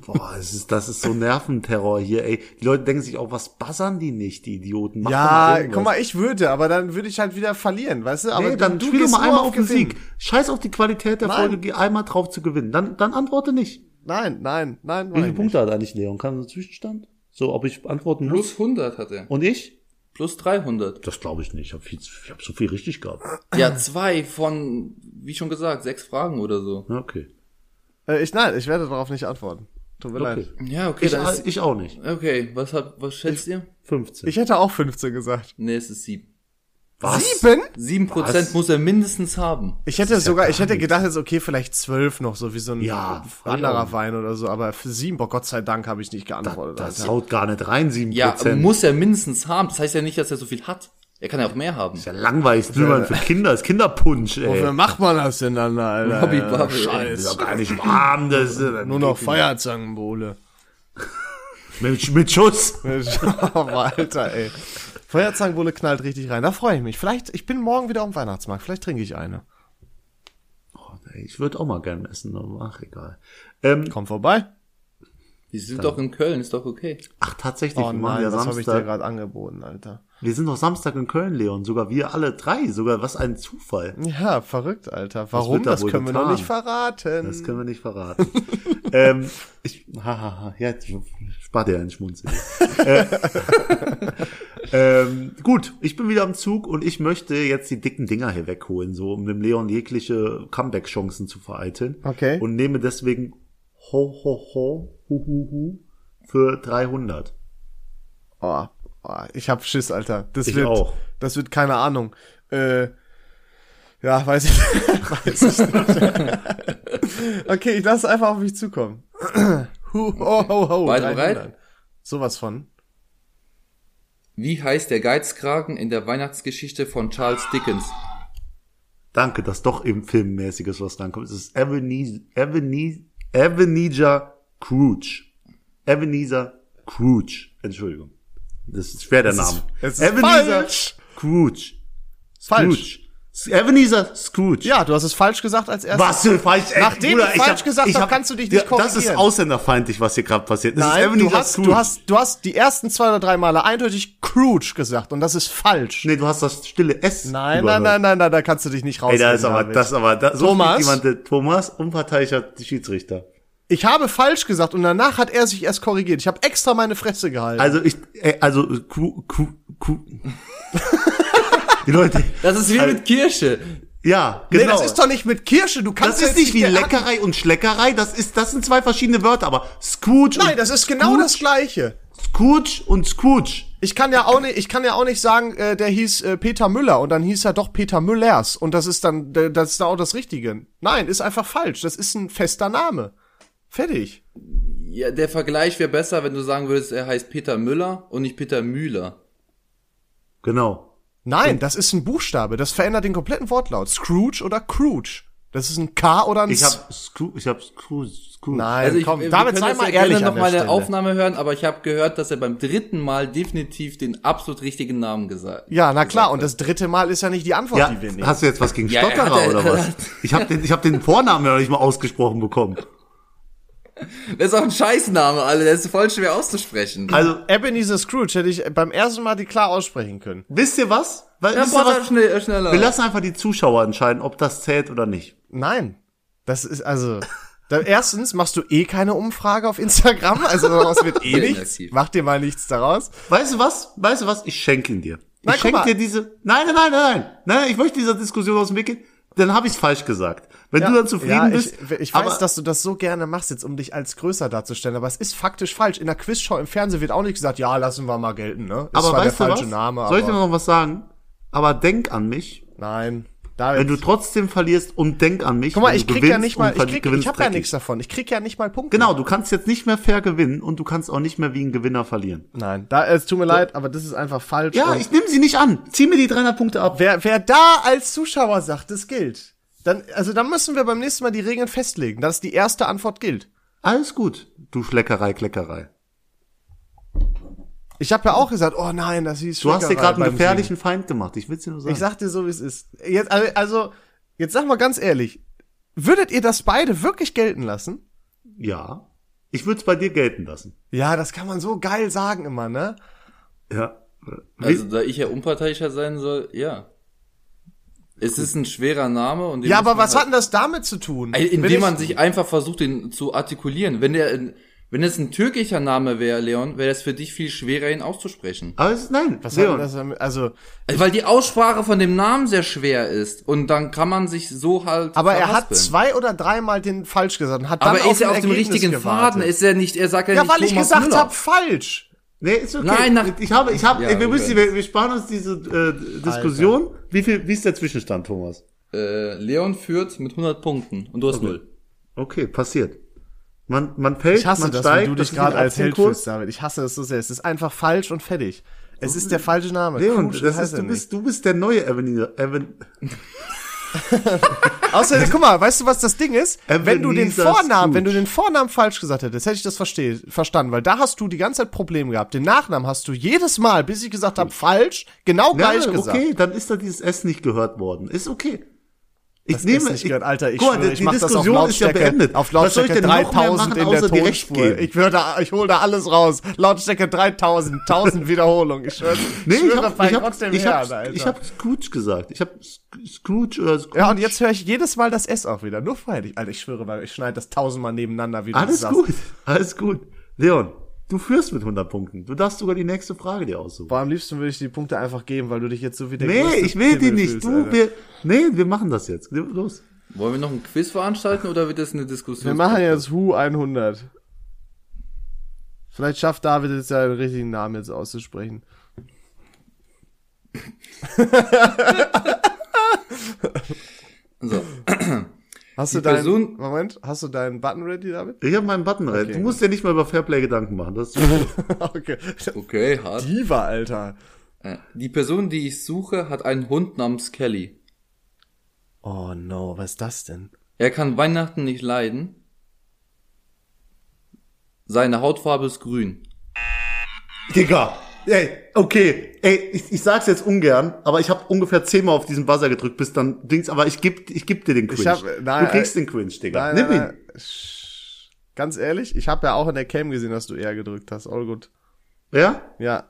Speaker 2: Boah, das ist, das ist so Nerventerror hier, ey. Die Leute denken sich auch, was buzzern die nicht, die Idioten? Mach doch
Speaker 1: Ja,
Speaker 2: irgendwas.
Speaker 1: guck mal, ich würde, aber dann würde ich halt wieder verlieren, weißt du? Aber
Speaker 2: nee, dann
Speaker 1: du
Speaker 2: spiel doch
Speaker 1: gehst
Speaker 2: mal
Speaker 1: nur
Speaker 2: einmal
Speaker 1: auf
Speaker 2: auf den
Speaker 1: Gewinn.
Speaker 2: Sieg. Scheiß auf die Qualität der
Speaker 1: Nein.
Speaker 2: Folge, geh einmal drauf zu gewinnen. Dann, dann antworte nicht.
Speaker 1: Nein, nein, nein.
Speaker 2: Wie
Speaker 1: nein.
Speaker 2: viele Punkte hat eigentlich Leon? Kann so ein Zwischenstand? So, ob ich antworten muss?
Speaker 3: Plus 100 hat er.
Speaker 2: Und ich?
Speaker 3: Plus 300.
Speaker 2: Das glaube ich nicht. Ich habe hab so viel richtig gehabt.
Speaker 3: Ja, zwei von, wie schon gesagt, sechs Fragen oder so.
Speaker 2: Ja, Okay.
Speaker 1: Äh, ich, nein, ich werde darauf nicht antworten. Tut mir
Speaker 2: okay.
Speaker 1: leid.
Speaker 3: Ja, okay,
Speaker 2: Ich,
Speaker 3: dann ist,
Speaker 2: ich auch nicht.
Speaker 3: okay, was habt, was schätzt ihr?
Speaker 2: 15.
Speaker 1: Ich hätte auch 15 gesagt.
Speaker 3: Nee, es ist sieben.
Speaker 2: was?
Speaker 1: Sieben?
Speaker 3: Sieben Prozent muss er mindestens haben.
Speaker 1: Ich hätte sogar, ich hätte gedacht, jetzt okay, vielleicht zwölf noch, so wie so ein
Speaker 2: Ja,
Speaker 1: anderer
Speaker 2: voll.
Speaker 1: Wein oder so, aber für sieben, boah, Gott sei Dank habe ich nicht geantwortet.
Speaker 2: Das
Speaker 1: Alter.
Speaker 2: haut gar nicht rein, 7%.
Speaker 3: Ja,
Speaker 2: Prozent.
Speaker 3: muss er mindestens haben. Das heißt ja nicht, dass er so viel hat. Er kann ja auch mehr haben.
Speaker 2: ja langweilig, Glühwein für Kinder, ist Kinderpunsch,
Speaker 1: Wofür
Speaker 2: ey.
Speaker 1: macht man das denn dann, Alter?
Speaker 3: Bobby
Speaker 1: Ja,
Speaker 3: Bobby,
Speaker 2: Ist
Speaker 1: Scheiß.
Speaker 2: doch gar nicht warm, das
Speaker 1: <laughs>
Speaker 2: ist
Speaker 1: Nur noch Feuerzangenbowle.
Speaker 2: mit, mit Schuss.
Speaker 1: Aber Alter, ey. Feuerzangenbowle knallt richtig rein. Da freue ich mich. Vielleicht, ich bin morgen wieder am Weihnachtsmarkt. Vielleicht trinke ich eine.
Speaker 2: Oh, ey, ich würde auch mal gern essen, aber ach, egal. Ähm,
Speaker 1: Komm vorbei.
Speaker 3: Die sind doch in Köln, ist doch okay.
Speaker 2: ach, tatsächlich,
Speaker 1: Oh
Speaker 2: wir
Speaker 1: nein,
Speaker 2: machen ja
Speaker 1: was habe ich dir
Speaker 2: Samstag.
Speaker 1: gerade angeboten, Alter?
Speaker 2: Wir sind doch Samstag in Köln, Leon. Sogar wir alle drei. Sogar, was ein Zufall.
Speaker 1: Ja, verrückt, Alter. Warum?
Speaker 2: wird da
Speaker 1: Das
Speaker 2: wohl
Speaker 1: können wir noch
Speaker 2: getan?
Speaker 1: nicht verraten.
Speaker 2: Das können wir nicht verraten. ähm, ich, hahaha, ja, ich- spart dir einen Schmunzeln. äh, <laughs> ähm, gut, ich bin wieder am Zug und ich möchte jetzt die dicken Dinger hier wegholen, so um dem Leon jegliche Comeback-Chancen zu vereiteln.
Speaker 1: Okay.
Speaker 2: Und nehme deswegen ho, ho, ho, hu, hu, hu für 300.
Speaker 1: Oh, oh, ich hab Schiss, Alter. Das
Speaker 2: Ich
Speaker 1: wird,
Speaker 2: auch.
Speaker 1: Das wird keine Ahnung. Äh, ja, weiß ich, <laughs> weiß ich nicht. <laughs> okay, ich lasse einfach auf mich zukommen. <clears throat> Hu, ho, ho, ho,
Speaker 3: Beide
Speaker 1: 300.
Speaker 3: bereit?
Speaker 1: Sowas von.
Speaker 3: Wie heißt der Geizkragen in der Weihnachtsgeschichte von Charles Dickens?
Speaker 2: Danke, dass doch eben Filmmäßiges was drankommt. Es ist Ebenezer, Ebenezer, Ebenezer Scrooge. Ebenezer Scrooge. Entschuldigung. Das ist schwer der Name.
Speaker 1: es ist
Speaker 2: Ebenezer
Speaker 1: falsch.
Speaker 2: Scrooge.
Speaker 1: Falsch.
Speaker 2: Scrooge. Ebenezer Scrooge.
Speaker 1: Ja, du hast es falsch gesagt als erstes.
Speaker 2: Was für falsch, ey,
Speaker 1: Nachdem du falsch gesagt hast, kannst du dich nicht
Speaker 2: Das ist
Speaker 1: korrigieren.
Speaker 2: ausländerfeindlich, was hier gerade passiert. Das ist
Speaker 1: Nein,
Speaker 2: Ebenezer
Speaker 1: du hast,
Speaker 2: Scrooge.
Speaker 1: du hast, du hast die ersten zwei oder drei Male eindeutig Scrooge gesagt und das ist falsch.
Speaker 2: nee, du hast das stille S.
Speaker 1: Nein,
Speaker 2: überhört.
Speaker 1: nein, nein, nein, nein, da kannst du dich nicht raus.
Speaker 2: Ey, da ist aber, das aber, da, so
Speaker 1: Thomas?
Speaker 2: spricht jemand, der Thomas, unparteiischer Schiedsrichter.
Speaker 1: Ich habe falsch gesagt und danach hat er sich erst korrigiert. Ich habe extra meine Fresse gehalten.
Speaker 2: Also ich, ey, also, Ku, Ku, Ku. <laughs> Die Leute,
Speaker 3: Das ist wie mit Kirsche.
Speaker 2: ja,
Speaker 1: nee,
Speaker 2: genau.
Speaker 1: das ist doch nicht mit Kirsche. Du kannst
Speaker 2: Das ist
Speaker 1: jetzt
Speaker 2: nicht wie
Speaker 1: der-
Speaker 2: Leckerei und Schleckerei, das ist, das sind zwei verschiedene Wörter, aber Scrooge
Speaker 1: Nein,
Speaker 2: und
Speaker 1: das ist genau das gleiche.
Speaker 2: Scrooge und Scrooge.
Speaker 1: Ich kann ja auch nicht, ich kann ja auch nicht sagen, äh, der hieß äh, Peter Müller und dann hieß er doch Peter Müllers und das ist dann, d- das ist dann auch das Richtige. Nein, ist einfach falsch. Das ist ein fester Name. Fertig.
Speaker 3: Ja, der Vergleich wäre besser, wenn du sagen würdest, er heißt Peter Müller und nicht Peter Mühler.
Speaker 1: Ähm,
Speaker 2: Genau.
Speaker 1: Nein, das ist ein Buchstabe. Das verändert den kompletten Wortlaut. Scrooge oder Crouch. Das ist ein K oder ein
Speaker 2: Ich
Speaker 1: S.
Speaker 2: hab Scrooge, ich hab Scrooge, Scrooge.
Speaker 1: Nein,
Speaker 3: Also ich,
Speaker 1: komm,
Speaker 3: wir
Speaker 1: damit
Speaker 3: können
Speaker 1: sei
Speaker 3: das
Speaker 1: mal
Speaker 3: ja
Speaker 1: ehrlich
Speaker 3: gerne
Speaker 1: an
Speaker 3: noch mal
Speaker 1: der
Speaker 3: eine
Speaker 1: Stelle.
Speaker 3: Aufnahme hören, aber ich habe gehört, dass er beim dritten Mal definitiv den absolut richtigen Namen gesagt hat.
Speaker 1: Ja, na klar. Und das dritte Mal ist ja nicht die Antwort,
Speaker 2: Ja,
Speaker 1: die wir nehmen.
Speaker 2: hast du jetzt was gegen
Speaker 3: Ja, er
Speaker 2: Stotterer
Speaker 3: hat- er
Speaker 2: oder
Speaker 3: hat-
Speaker 2: was? Ich habe den, ich hab den Vornamen ja noch nicht mal ausgesprochen bekommen.
Speaker 3: Das ist auch ein Scheißname, Alter. Der ist voll schwer auszusprechen.
Speaker 2: Also,
Speaker 1: Ebenezer Scrooge hätte ich beim ersten Mal die klar aussprechen können.
Speaker 2: wisst ihr was? Weil,
Speaker 3: Ja,
Speaker 2: wisst ihr
Speaker 3: boah,
Speaker 2: was?
Speaker 3: schnell, äh, schneller.
Speaker 2: Wir lassen einfach die Zuschauer entscheiden, ob das zählt oder nicht.
Speaker 1: Nein. Das ist also. Da, erstens machst du eh keine Umfrage auf Instagram, also daraus
Speaker 3: <laughs>
Speaker 1: wird eh
Speaker 3: Sehr
Speaker 1: nichts.
Speaker 3: inaktiv.
Speaker 1: Mach dir mal nichts daraus.
Speaker 2: Weißt du was? Weißt du was? Ich schenke ihn dir.
Speaker 1: Nein, guck
Speaker 2: ich schenke
Speaker 1: mal.
Speaker 2: dir diese. Nein, nein, nein, nein, nein, nein. Ich möchte dieser Diskussion aus dem Weg gehen. Dann habe ich es falsch gesagt. Wenn du dann zufrieden
Speaker 1: ja,
Speaker 2: bist.
Speaker 1: Ich, ich
Speaker 2: aber-
Speaker 1: weiß, dass du das so gerne machst, jetzt um dich als größer darzustellen, aber es ist faktisch falsch. In der Quizshow im Fernsehen wird auch nicht gesagt, ja, lassen wir mal gelten, ne? Ist
Speaker 2: aber
Speaker 1: zwar
Speaker 2: weißt
Speaker 1: der
Speaker 2: du
Speaker 1: falsche
Speaker 2: was?
Speaker 1: Name,
Speaker 2: Soll ich dir
Speaker 1: aber
Speaker 2: noch was sagen? Aber denk an mich,
Speaker 1: nein. Da
Speaker 2: wenn du trotzdem verlierst und denk an mich.
Speaker 1: guck mal,
Speaker 2: wenn du
Speaker 1: ich krieg
Speaker 2: gewinnst
Speaker 1: ja nicht
Speaker 2: und
Speaker 1: mal, ich
Speaker 2: verli-
Speaker 1: krieg, ich
Speaker 2: gewinnst
Speaker 1: habe ja
Speaker 2: dreckig.
Speaker 1: nichts davon. Ich krieg ja nicht mal Punkte.
Speaker 2: Genau, du kannst jetzt nicht mehr fair gewinnen und du kannst auch nicht mehr wie ein Gewinner verlieren.
Speaker 1: Nein, da es tut mir leid, aber das ist einfach falsch.
Speaker 2: Ja,
Speaker 1: und-
Speaker 2: ich nehme sie nicht an. Zieh mir die 300 Punkte ab.
Speaker 1: Wer, wer da als Zuschauer sagt, das gilt, dann, also dann müssen wir beim nächsten Mal die Regeln festlegen, dass die erste Antwort gilt.
Speaker 2: Alles gut, du Schleckerei, Kleckerei.
Speaker 1: Ich habe ja auch gesagt, oh nein, das hieß
Speaker 2: Du hast dir
Speaker 1: Schlägerei
Speaker 2: gerade einen
Speaker 1: beim
Speaker 2: gefährlichen Feind gemacht. Ich will's dir nur
Speaker 1: Singen. Ich
Speaker 2: sagen.
Speaker 1: sag dir so, wie es ist. Jetzt, also- also, jetzt sag mal ganz ehrlich, würdet ihr das beide wirklich gelten lassen?
Speaker 2: ja. Ich würde es bei dir gelten lassen.
Speaker 1: Ja, das kann man so geil sagen immer, ne?
Speaker 2: Ja.
Speaker 3: Also, da ich ja unparteiischer sein soll, ja. Es ist ein schwerer Name und den
Speaker 1: Ja,
Speaker 3: muss
Speaker 1: aber
Speaker 3: man halt
Speaker 1: was hat denn das damit zu tun?
Speaker 3: Ey,
Speaker 1: Wenn ich-
Speaker 3: Indem man sich einfach versucht, den zu artikulieren. Wenn der, ein- wenn es ein türkischer Name wäre, Leon, wäre das für dich viel schwerer, ihn auszusprechen.
Speaker 2: Aber es, nein,
Speaker 1: Was hat denn
Speaker 2: Leon,
Speaker 1: das damit, also,
Speaker 3: Also, Weil die Aussprache von dem Namen sehr schwer ist und dann kann man sich so halt.
Speaker 1: aber er hat
Speaker 3: verhaspeln.
Speaker 1: zwei oder dreimal den falsch gesagt und hat dann
Speaker 3: Aber ist er
Speaker 1: ein
Speaker 3: auf dem
Speaker 1: Ergebnis
Speaker 3: richtigen
Speaker 1: gewartet.
Speaker 3: Faden? Ist er nicht? Er sagt ja,
Speaker 1: Ja,
Speaker 3: nicht
Speaker 1: weil ich
Speaker 3: Thomas
Speaker 1: gesagt
Speaker 3: Müller.
Speaker 1: habe, falsch.
Speaker 2: nee, ist okay.
Speaker 3: Nein, nach-
Speaker 2: ich habe, ich habe,
Speaker 3: Ja,
Speaker 2: ey, wir
Speaker 3: wir
Speaker 2: müssen, wir, wir sparen uns diese äh, Diskussion. Wie viel, wie ist der Zwischenstand, Thomas?
Speaker 3: Äh, Leon führt mit 100 Punkten und du hast null.
Speaker 2: Okay, passiert. Man, man fällt,
Speaker 1: Ich hasse
Speaker 2: man
Speaker 1: das,
Speaker 2: steigt.
Speaker 1: wenn du
Speaker 2: das
Speaker 1: dich
Speaker 2: ist
Speaker 1: gerade
Speaker 2: ein
Speaker 1: als Held
Speaker 2: Aktienkurs.
Speaker 1: fühlst, David. Ich hasse das so sehr. Es ist einfach falsch und fertig. Es ist der falsche Name.
Speaker 2: Leon,
Speaker 1: Crouch
Speaker 2: das
Speaker 1: heißt
Speaker 2: ist,
Speaker 1: er
Speaker 2: du
Speaker 1: nicht.
Speaker 2: bist, du bist der neue Ebenezer, Eben, Also,
Speaker 1: Außerdem, guck mal, weißt du, was das Ding ist? Wenn du den
Speaker 2: Ebenezer
Speaker 1: Vornamen,
Speaker 2: Scrooge.
Speaker 1: wenn du den Vornamen falsch gesagt hättest, hätte ich das versteh, verstanden, weil da hast du die ganze Zeit Probleme gehabt. Den Nachnamen hast du jedes Mal, bis ich gesagt habe, falsch, genau
Speaker 2: Ja,
Speaker 1: gleich gesagt.
Speaker 2: okay, dann ist da dieses S nicht gehört worden. Ist okay. Ich
Speaker 1: S nicht gehört. Alter, ich
Speaker 2: Guck mal,
Speaker 1: schwöre,
Speaker 2: die-
Speaker 1: ich
Speaker 2: die
Speaker 1: mach das auf
Speaker 2: Diskussion ist ja
Speaker 1: Lautstärke-
Speaker 2: beendet.
Speaker 1: auf
Speaker 2: Was soll ich
Speaker 1: Lautstärke
Speaker 2: denn noch mehr
Speaker 1: 3000
Speaker 2: machen,
Speaker 1: in der
Speaker 2: außer die recht
Speaker 1: Tonspur.
Speaker 2: geben?
Speaker 1: Ich würde, ich hole da alles raus. Lautstärke 3000, 1000 Wiederholungen. Ich schwöre,
Speaker 2: Nee, ich
Speaker 1: schwöre
Speaker 2: hab,
Speaker 1: bei
Speaker 2: ich hab,
Speaker 1: Gott dem
Speaker 2: ich
Speaker 1: Herrn,
Speaker 2: hab,
Speaker 1: Alter.
Speaker 2: ich hab Scrooge gesagt. Ich hab Sc- Scrooge oder Scrooge.
Speaker 1: Ja, und jetzt höre ich jedes Mal das S auch wieder. Nur vorher nicht. Alter, ich schwöre, weil ich schneide das tausendmal nebeneinander wieder.
Speaker 2: Alles gut, alles gut. Leon, du führst mit 100 Punkten. Du darfst sogar die nächste Frage dir aussuchen.
Speaker 1: Boah, am liebsten würde ich die Punkte einfach geben, weil du dich jetzt so wie der
Speaker 2: Nee,
Speaker 1: größte
Speaker 2: ich will die
Speaker 1: Pimmel
Speaker 2: nicht.
Speaker 1: fühlst,
Speaker 2: Du,
Speaker 1: Alter.
Speaker 2: wir, nee, wir machen das jetzt. Los.
Speaker 3: Wollen wir noch einen Quiz veranstalten oder wird das eine
Speaker 1: Wir
Speaker 3: Diskussion?
Speaker 1: machen jetzt Hu 100. Vielleicht schafft David jetzt ja den richtigen Namen jetzt auszusprechen.
Speaker 3: So.
Speaker 1: Hast
Speaker 3: Die
Speaker 1: du deinen,
Speaker 3: Person-
Speaker 1: Moment, hast du deinen Button ready, David? <laughs>
Speaker 2: Ich habe meinen Button rein. Du musst dir nicht mal über Fairplay Gedanken machen. Das ist
Speaker 1: okay.
Speaker 3: Okay, hart.
Speaker 1: Diva, Alter.
Speaker 3: Äh, Die Person, die ich suche, hat einen Hund namens Kelly.
Speaker 1: Oh no, was ist das denn?
Speaker 3: Er kann Weihnachten nicht leiden. Seine Hautfarbe ist grün.
Speaker 2: <laughs> Digga, Ey, okay, ey, ich, ich sag's jetzt ungern, aber ich habe ungefähr zehnmal auf diesen Buzzer gedrückt, bis dann Dings, aber ich geb, ich geb dir den Cringe.
Speaker 1: hab- nein,
Speaker 2: du kriegst
Speaker 1: äh,
Speaker 2: den Cringe, Digga.
Speaker 1: Nein,
Speaker 2: Nimm
Speaker 1: nein,
Speaker 2: ihn.
Speaker 1: nein. Sch- Ganz ehrlich, ich habe ja auch in der Cam gesehen, dass du eher gedrückt hast. All gut.
Speaker 2: Ja?
Speaker 1: Ja.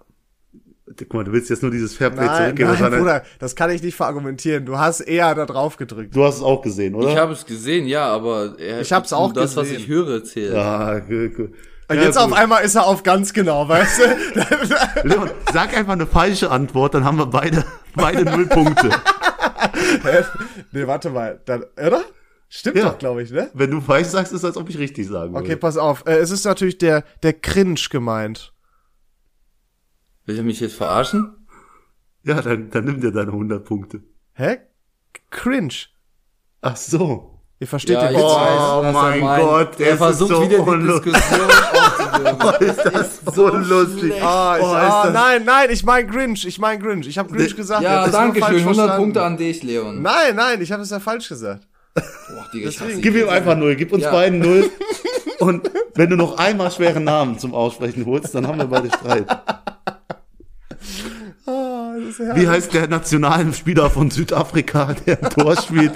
Speaker 2: Guck mal, du willst jetzt nur dieses Fairplay
Speaker 1: Nein,
Speaker 2: zurückgeben.
Speaker 1: nein,
Speaker 2: sondern-
Speaker 1: Bruder, das kann ich nicht verargumentieren. Du hast eher da drauf gedrückt.
Speaker 2: Du hast es auch gesehen, oder?
Speaker 3: Ich habe es gesehen, ja, aber er,
Speaker 1: Ich hab's auch
Speaker 3: das, was
Speaker 1: gesehen.
Speaker 3: ich höre, zählt.
Speaker 2: ah, gu- gu-
Speaker 1: Und
Speaker 2: Ja,
Speaker 1: jetzt
Speaker 2: gut.
Speaker 1: auf einmal ist er auf ganz genau, weißt du? <laughs>
Speaker 2: Leon, sag einfach eine falsche Antwort, dann haben wir beide, <laughs> beide null Punkte.
Speaker 1: nee, warte mal. Dann, oder? Stimmt
Speaker 2: Ja.
Speaker 1: doch, glaube ich, ne?
Speaker 2: Wenn du falsch sagst, ist es, als ob ich richtig sagen
Speaker 1: Okay,
Speaker 2: würde.
Speaker 1: pass auf. Äh, es ist natürlich der, der Cringe gemeint.
Speaker 3: Will er mich jetzt verarschen?
Speaker 2: Ja, dann, dann nimm dir deine 100 Punkte.
Speaker 1: Hä? Cringe.
Speaker 2: Ach so.
Speaker 1: Ihr versteht den
Speaker 2: jetzt
Speaker 1: Witz.
Speaker 2: weiß- Oh
Speaker 3: was
Speaker 2: mein
Speaker 3: meint.
Speaker 2: Gott,
Speaker 3: er
Speaker 2: es
Speaker 3: versucht
Speaker 2: ist so
Speaker 3: wieder die
Speaker 2: unlustig.
Speaker 3: Diskussion aufzuwärmen.
Speaker 2: Oh, Ist das <laughs> so lustig.
Speaker 3: schlecht.
Speaker 1: Ah, ich,
Speaker 2: Oh, ist
Speaker 1: ah,
Speaker 2: das-
Speaker 1: nein, nein, ich mein Grinch, ich mein Grinch. Ich habe Grinch gesagt. ihr habt
Speaker 3: Ja,
Speaker 1: das nur
Speaker 3: danke schön.
Speaker 1: falsch
Speaker 3: 100
Speaker 1: verstanden.
Speaker 3: Punkte an dich, Leon.
Speaker 1: Nein, nein, ich habe es ja falsch
Speaker 3: <laughs>
Speaker 1: gesagt.
Speaker 3: Boah, Digga, ich hasse
Speaker 2: Gib
Speaker 3: ihn.
Speaker 2: ihm einfach null, gib uns
Speaker 3: Ja.
Speaker 1: <laughs>
Speaker 2: beiden null. Und wenn du noch einmal schweren Namen zum Aussprechen holst, dann haben wir beide Streit.
Speaker 1: Ah, das ist herrlich.
Speaker 2: Wie heißt der nationalen Spieler von Südafrika, der ein Tor spielt?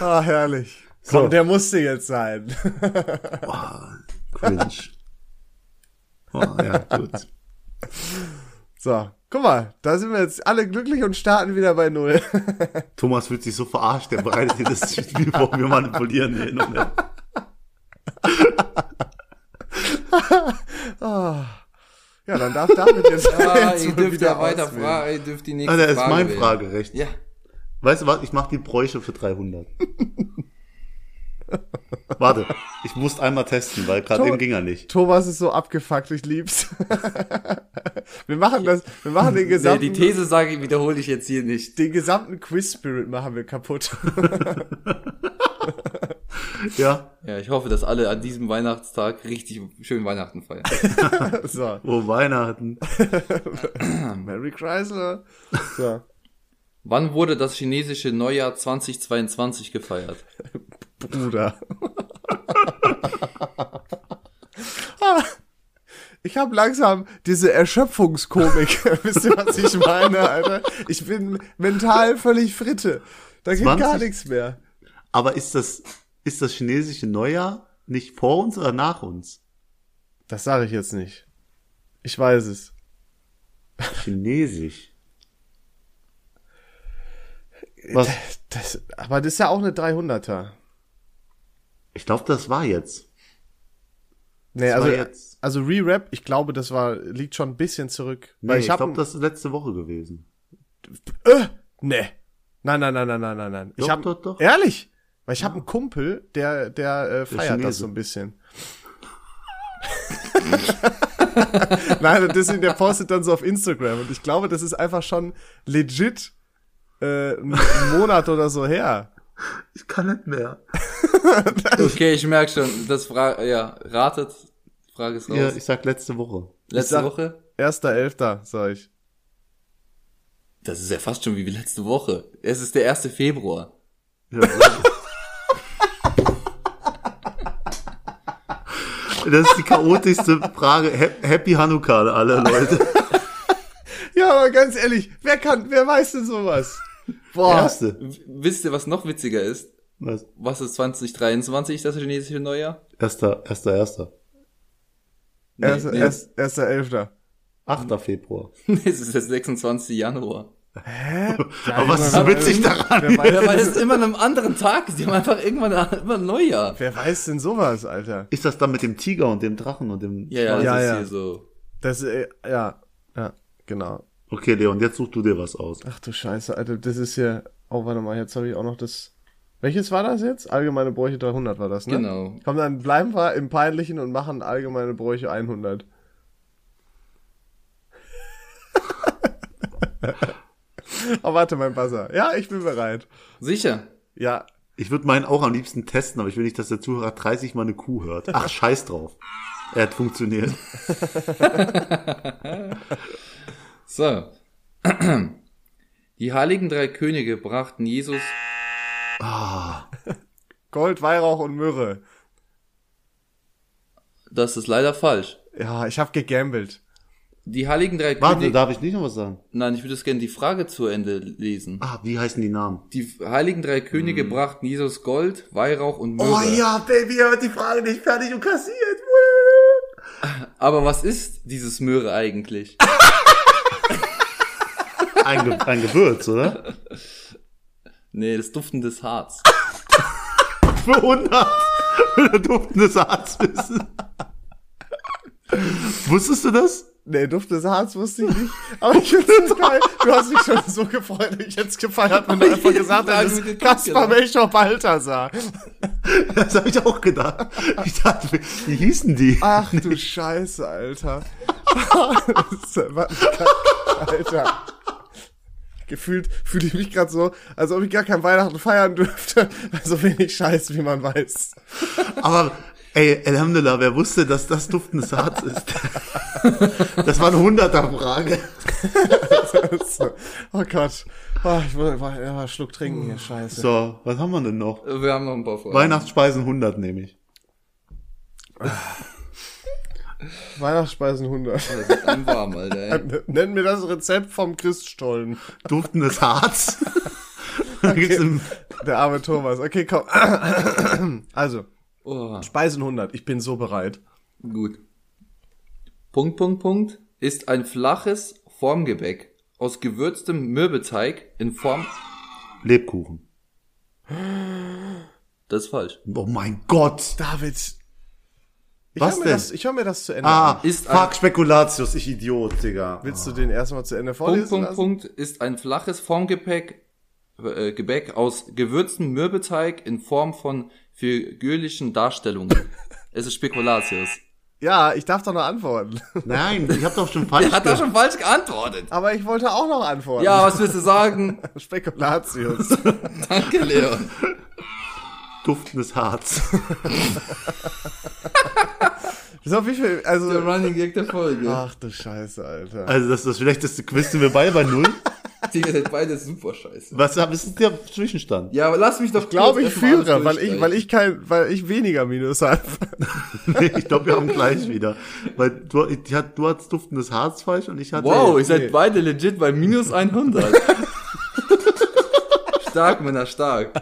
Speaker 1: ah, herrlich.
Speaker 2: So.
Speaker 1: Komm, der musste jetzt sein. <laughs>
Speaker 2: Cringe. Oh, ja, gut.
Speaker 1: So, guck mal, da sind wir jetzt alle glücklich und starten wieder bei Null.
Speaker 2: Thomas fühlt sich so verarscht, der bereitet dir das Spiel vor, wir manipulieren den. Und er-
Speaker 1: ja, dann darf David jetzt, <laughs>
Speaker 3: <laughs> Ja,
Speaker 1: jetzt
Speaker 3: Ah, ihr
Speaker 1: wohl
Speaker 3: dürft ja weiter
Speaker 1: auswählen.
Speaker 3: fragen, ihr dürft die nächste
Speaker 2: Ah,
Speaker 3: Frage
Speaker 2: der ist mein
Speaker 3: wählen.
Speaker 2: Fragerecht.
Speaker 3: Ja.
Speaker 2: Weißt du was, ich mach die Bräuche für 300. Warte, ich muss einmal testen, weil gerade
Speaker 1: Thomas-
Speaker 2: eben ging er nicht.
Speaker 1: Thomas ist so abgefuckt, ich lieb's. <laughs> wir machen das, wir machen den
Speaker 3: Nee,
Speaker 1: gesamten,
Speaker 3: Also, die These sage ich, wiederhole ich jetzt hier nicht.
Speaker 1: den gesamten Quiz-Spirit machen wir kaputt. <laughs>
Speaker 2: Ja,
Speaker 3: Ja, ich hoffe, dass alle an diesem Weihnachtstag richtig schön Weihnachten feiern.
Speaker 1: so,
Speaker 2: oh Weihnachten.
Speaker 1: Mary Chrysler. So.
Speaker 3: Wann wurde das chinesische Neujahr 2022 gefeiert?
Speaker 1: Bruder. <laughs> Ich habe langsam diese Erschöpfungskomik. <laughs> Wisst ihr, was ich meine, Alter? Ich bin mental völlig fritte. Da geht gar
Speaker 2: 20?
Speaker 1: nichts mehr.
Speaker 2: Aber ist das, ist das chinesische Neujahr nicht vor uns oder nach uns?
Speaker 1: Das sage ich jetzt nicht. Ich weiß es.
Speaker 2: Chinesisch. Was?
Speaker 1: Das, aber das ist ja auch eine 300er.
Speaker 2: Ich glaube, das war jetzt.
Speaker 1: Nee,
Speaker 2: war
Speaker 1: also,
Speaker 2: jetzt-
Speaker 1: also Re-Rap, ich glaube, das war, liegt schon ein bisschen zurück.
Speaker 2: Nee,
Speaker 1: Weil
Speaker 2: ich
Speaker 1: hab
Speaker 2: glaube, das ist letzte Woche gewesen.
Speaker 1: Äh, nee. Nein, nein, nein, nein, nein, nein, nein. Ich
Speaker 2: Doch,
Speaker 1: hab,
Speaker 2: doch, doch.
Speaker 1: Ehrlich? Weil ich habe einen Kumpel, der, der äh, feiert das
Speaker 2: Chinese.
Speaker 1: so ein bisschen. <laughs> nein, und deswegen, der postet dann so auf Instagram. Und ich glaube, das ist einfach schon legit äh, einen Monat oder so her.
Speaker 2: Ich kann nicht mehr.
Speaker 3: Okay, ich merke schon, das Frage, ja, ratet, Frage ist raus.
Speaker 2: Ja, ich sag letzte Woche.
Speaker 3: Letzte
Speaker 1: sag-
Speaker 3: Woche?
Speaker 1: 1.11., sag ich.
Speaker 3: Das ist ja fast schon wie die letzte Woche. Es ist der 1. Februar.
Speaker 2: Ja, Das ist die chaotischste Frage. Ha- Happy Hanukkah, an alle Leute.
Speaker 1: Ja, aber ganz ehrlich, wer kann, wer weiß denn
Speaker 3: <laughs>
Speaker 1: sowas? Boah,
Speaker 2: Erste.
Speaker 3: W- Wisst ihr, was noch witziger ist?
Speaker 2: Was?
Speaker 3: Was ist 2023, das chinesische Neujahr?
Speaker 2: Erster, erster, erster.
Speaker 3: Nee,
Speaker 1: erster,
Speaker 3: nee,
Speaker 1: Also, erst- erster Elfter.
Speaker 2: 8. Februar.
Speaker 3: <laughs> nee, es ist der 26. Januar.
Speaker 2: Aber was ist so witzig daran?
Speaker 3: Weil, weil es ist immer an einem anderen Tag. ist. Die haben einfach irgendwann immer ein Neujahr.
Speaker 1: Wer weiß denn sowas, Alter?
Speaker 2: Ist das dann mit dem Tiger und dem Drachen und dem...
Speaker 3: Ja, ja,
Speaker 1: Ja,
Speaker 3: das ist
Speaker 1: ja.
Speaker 3: hier so.
Speaker 1: Das, äh, ja, ja, genau.
Speaker 2: Okay, Leon, jetzt such du dir was aus.
Speaker 1: Ach du Scheiße, Alter, das ist hier. Oh, warte mal, jetzt habe ich auch noch das. Welches war das jetzt? Allgemeine Bräuche 300 war das, ne?
Speaker 3: Genau.
Speaker 1: Komm, dann bleiben wir im Peinlichen und machen allgemeine Bräuche 100. <laughs> oh, warte, mein Buzzer. Ja, ich bin bereit.
Speaker 3: Sicher.
Speaker 1: Ja.
Speaker 2: Ich würde meinen auch am liebsten testen, aber ich will nicht, dass der Zuhörer 30 Mal eine Kuh hört. Ach, scheiß drauf. Er hat
Speaker 3: <laughs>
Speaker 2: funktioniert.
Speaker 3: So. Die heiligen drei Könige brachten Jesus
Speaker 1: Gold, Weihrauch und Myrrhe.
Speaker 3: Das ist leider falsch.
Speaker 1: Ja, ich habe gegambelt.
Speaker 3: Die Heiligen Drei
Speaker 2: Warte,
Speaker 3: König-
Speaker 2: darf ich nicht noch was sagen?
Speaker 3: Nein, ich würde es gerne die Frage zu Ende lesen.
Speaker 2: Ah, wie heißen die Namen?
Speaker 3: Die Heiligen Drei Könige
Speaker 1: Mhm.
Speaker 3: brachten Jesus Gold, Weihrauch und
Speaker 1: Oh,
Speaker 3: Myrrhe.
Speaker 2: Oh Baby, ihr hört die Frage nicht fertig und kassiert.
Speaker 3: Aber was ist dieses
Speaker 1: <laughs>
Speaker 3: Myrrhe eigentlich?
Speaker 2: Ein, Ge ein Gewürz, oder?
Speaker 3: nee, das Duften des Harz.
Speaker 2: <laughs> Für 100. Für ein duftendes Arztwissen. Wusstest du das?
Speaker 1: Nee, Duft des Harz wusste ich nicht. Aber ich find's so geil. Du hast mich schon so gefreut, dass ich jetzt gefeiert, wenn du einfach gesagt
Speaker 3: Frage
Speaker 1: hast, genau.
Speaker 3: mit den
Speaker 1: Kaspar
Speaker 3: Kopf
Speaker 1: Melchior Balthasar.
Speaker 2: Das habe ich auch gedacht. Ich dachte, wie hießen die?
Speaker 1: Ach du Scheiße, Alter. <laughs> Was ein Kack, Alter. Gefühlt fühle ich mich gerade so, als ob ich gar kein Weihnachten feiern dürfte. weil So wenig Scheiß, wie man weiß.
Speaker 2: Aber, ey, Alhamdulillah, wer wusste, dass das duftendes Harz ist? Das war eine Hunderter-Frage.
Speaker 1: So. Oh Gott. Oh, ich muss mal einen Schluck trinken hier, Scheiße.
Speaker 2: So, was haben wir denn noch?
Speaker 3: Wir haben noch ein paar Fragen.
Speaker 2: Weihnachtsspeisen 100 nehme ich.
Speaker 1: Weihnachtsspeisen 100.
Speaker 3: Das wird einem warm, Alter. ey.
Speaker 1: Nenn mir das Rezept vom Christstollen.
Speaker 2: Duftendes Harz. Dann gibt's im,
Speaker 1: Der arme Thomas. Okay, komm. <coughs> Also,
Speaker 3: Oh,
Speaker 1: Speisen 100. Ich bin so bereit.
Speaker 3: gut. Punkt, Punkt, Punkt. Ist ein flaches Formgebäck aus gewürztem Mürbeteig in Form...
Speaker 2: Lebkuchen.
Speaker 3: Das ist falsch.
Speaker 2: Oh mein Gott.
Speaker 1: David. Ich
Speaker 2: Was
Speaker 1: hör mir
Speaker 2: denn?
Speaker 1: Das, ich höre mir das zu Ende an.
Speaker 2: Ah,
Speaker 3: Ist
Speaker 2: ist
Speaker 3: ein-
Speaker 2: fuck Spekulatius, ich Idiot, Digga.
Speaker 1: Willst du den erstmal zu Ende vorlesen
Speaker 3: Punkt, Punkt,
Speaker 1: lassen?
Speaker 3: Punkt. Ist ein flaches Formgebäck äh, Gebäck aus gewürztem Mürbeteig in Form von figürlichen Darstellungen. <laughs> es ist Spekulatius.
Speaker 1: Ja, ich darf doch noch antworten.
Speaker 2: <laughs> Nein, ich habe doch schon falsch
Speaker 3: Hat er
Speaker 2: gesagt.
Speaker 3: schon falsch geantwortet?
Speaker 1: <laughs> Aber ich wollte auch noch antworten.
Speaker 3: Ja, was willst du sagen?
Speaker 1: Spekulatius.
Speaker 3: <laughs> Danke, Leon.
Speaker 2: Duftendes Harz.
Speaker 1: <laughs> so, wie viel, also.
Speaker 3: Der Running Gag der Folge.
Speaker 1: Ach du Scheiße, Alter.
Speaker 2: Also das ist das schlechteste Quiz, sind wir beide bei Null.
Speaker 3: Die sind beide super scheiße.
Speaker 2: Was, was ist der
Speaker 3: <laughs>
Speaker 2: Zwischenstand?
Speaker 3: Ja, aber lass mich doch
Speaker 1: Ich glaube, ich
Speaker 3: kurz erst mal
Speaker 1: führe,
Speaker 3: alles
Speaker 1: weil ich, weil ich kein, weil ich weniger Minus habe.
Speaker 2: Nee, ich glaube, wir haben gleich wieder. Weil du, ich, ich hat, du hattest duftendes Harz falsch und ich hatte...
Speaker 3: Wow, ihr seid
Speaker 1: Nee.
Speaker 3: beide legit bei minus 100. <laughs> stark, Männer, stark.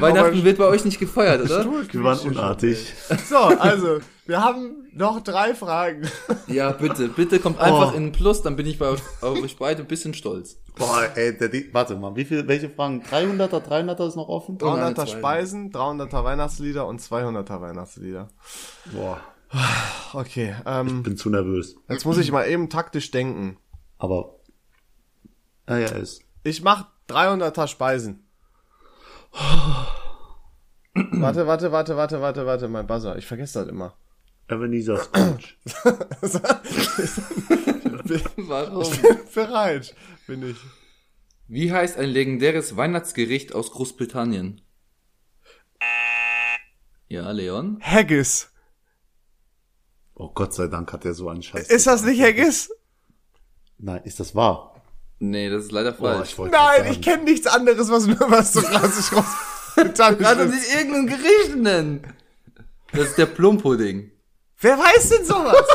Speaker 3: Weihnachten wird bei euch nicht gefeiert, oder?
Speaker 2: wir waren unartig.
Speaker 1: So, also, wir haben noch drei Fragen.
Speaker 3: Ja, bitte, bitte kommt einfach
Speaker 2: Oh.
Speaker 3: in den Plus, dann bin ich bei euch, auf euch beide ein bisschen stolz.
Speaker 2: Boah, ey, der, die, warte mal, wie viel, welche Fragen? 300er, 300er ist noch offen?
Speaker 3: Oh.
Speaker 1: 300er
Speaker 3: eine
Speaker 1: Speisen, 300er Weihnachtslieder und 200er Weihnachtslieder.
Speaker 2: Boah,
Speaker 1: Okay, ähm,
Speaker 2: bin zu nervös.
Speaker 1: jetzt muss ich mal eben taktisch denken.
Speaker 2: Aber, naja, ist.
Speaker 1: Ich mach 300er Speisen. <clears throat> Warte, warte, warte, warte, warte, warte, mein Buzzer. Ich vergesse das immer.
Speaker 2: Ebenezer Scrooge.
Speaker 3: <clears throat> Warum?
Speaker 1: <laughs> Bereit bin ich.
Speaker 3: Wie heißt ein legendäres Weihnachtsgericht aus Großbritannien? Ja, Leon?
Speaker 1: Haggis.
Speaker 2: Oh Gott sei Dank hat er so einen Scheiß.
Speaker 1: Ist das nicht Haggis?
Speaker 2: Nein, ist das wahr?
Speaker 3: Nee, das ist leider
Speaker 2: Boah,
Speaker 3: falsch.
Speaker 2: ich wollte
Speaker 1: Nein,
Speaker 2: sagen.
Speaker 1: ich kenne nichts anderes, was nur was <laughs> so klassisch
Speaker 3: Kannst du
Speaker 1: rausgetan ist.
Speaker 3: nicht um irgendein Gericht nennen? Das ist der Plumpudding.
Speaker 1: Wer weiß denn sowas?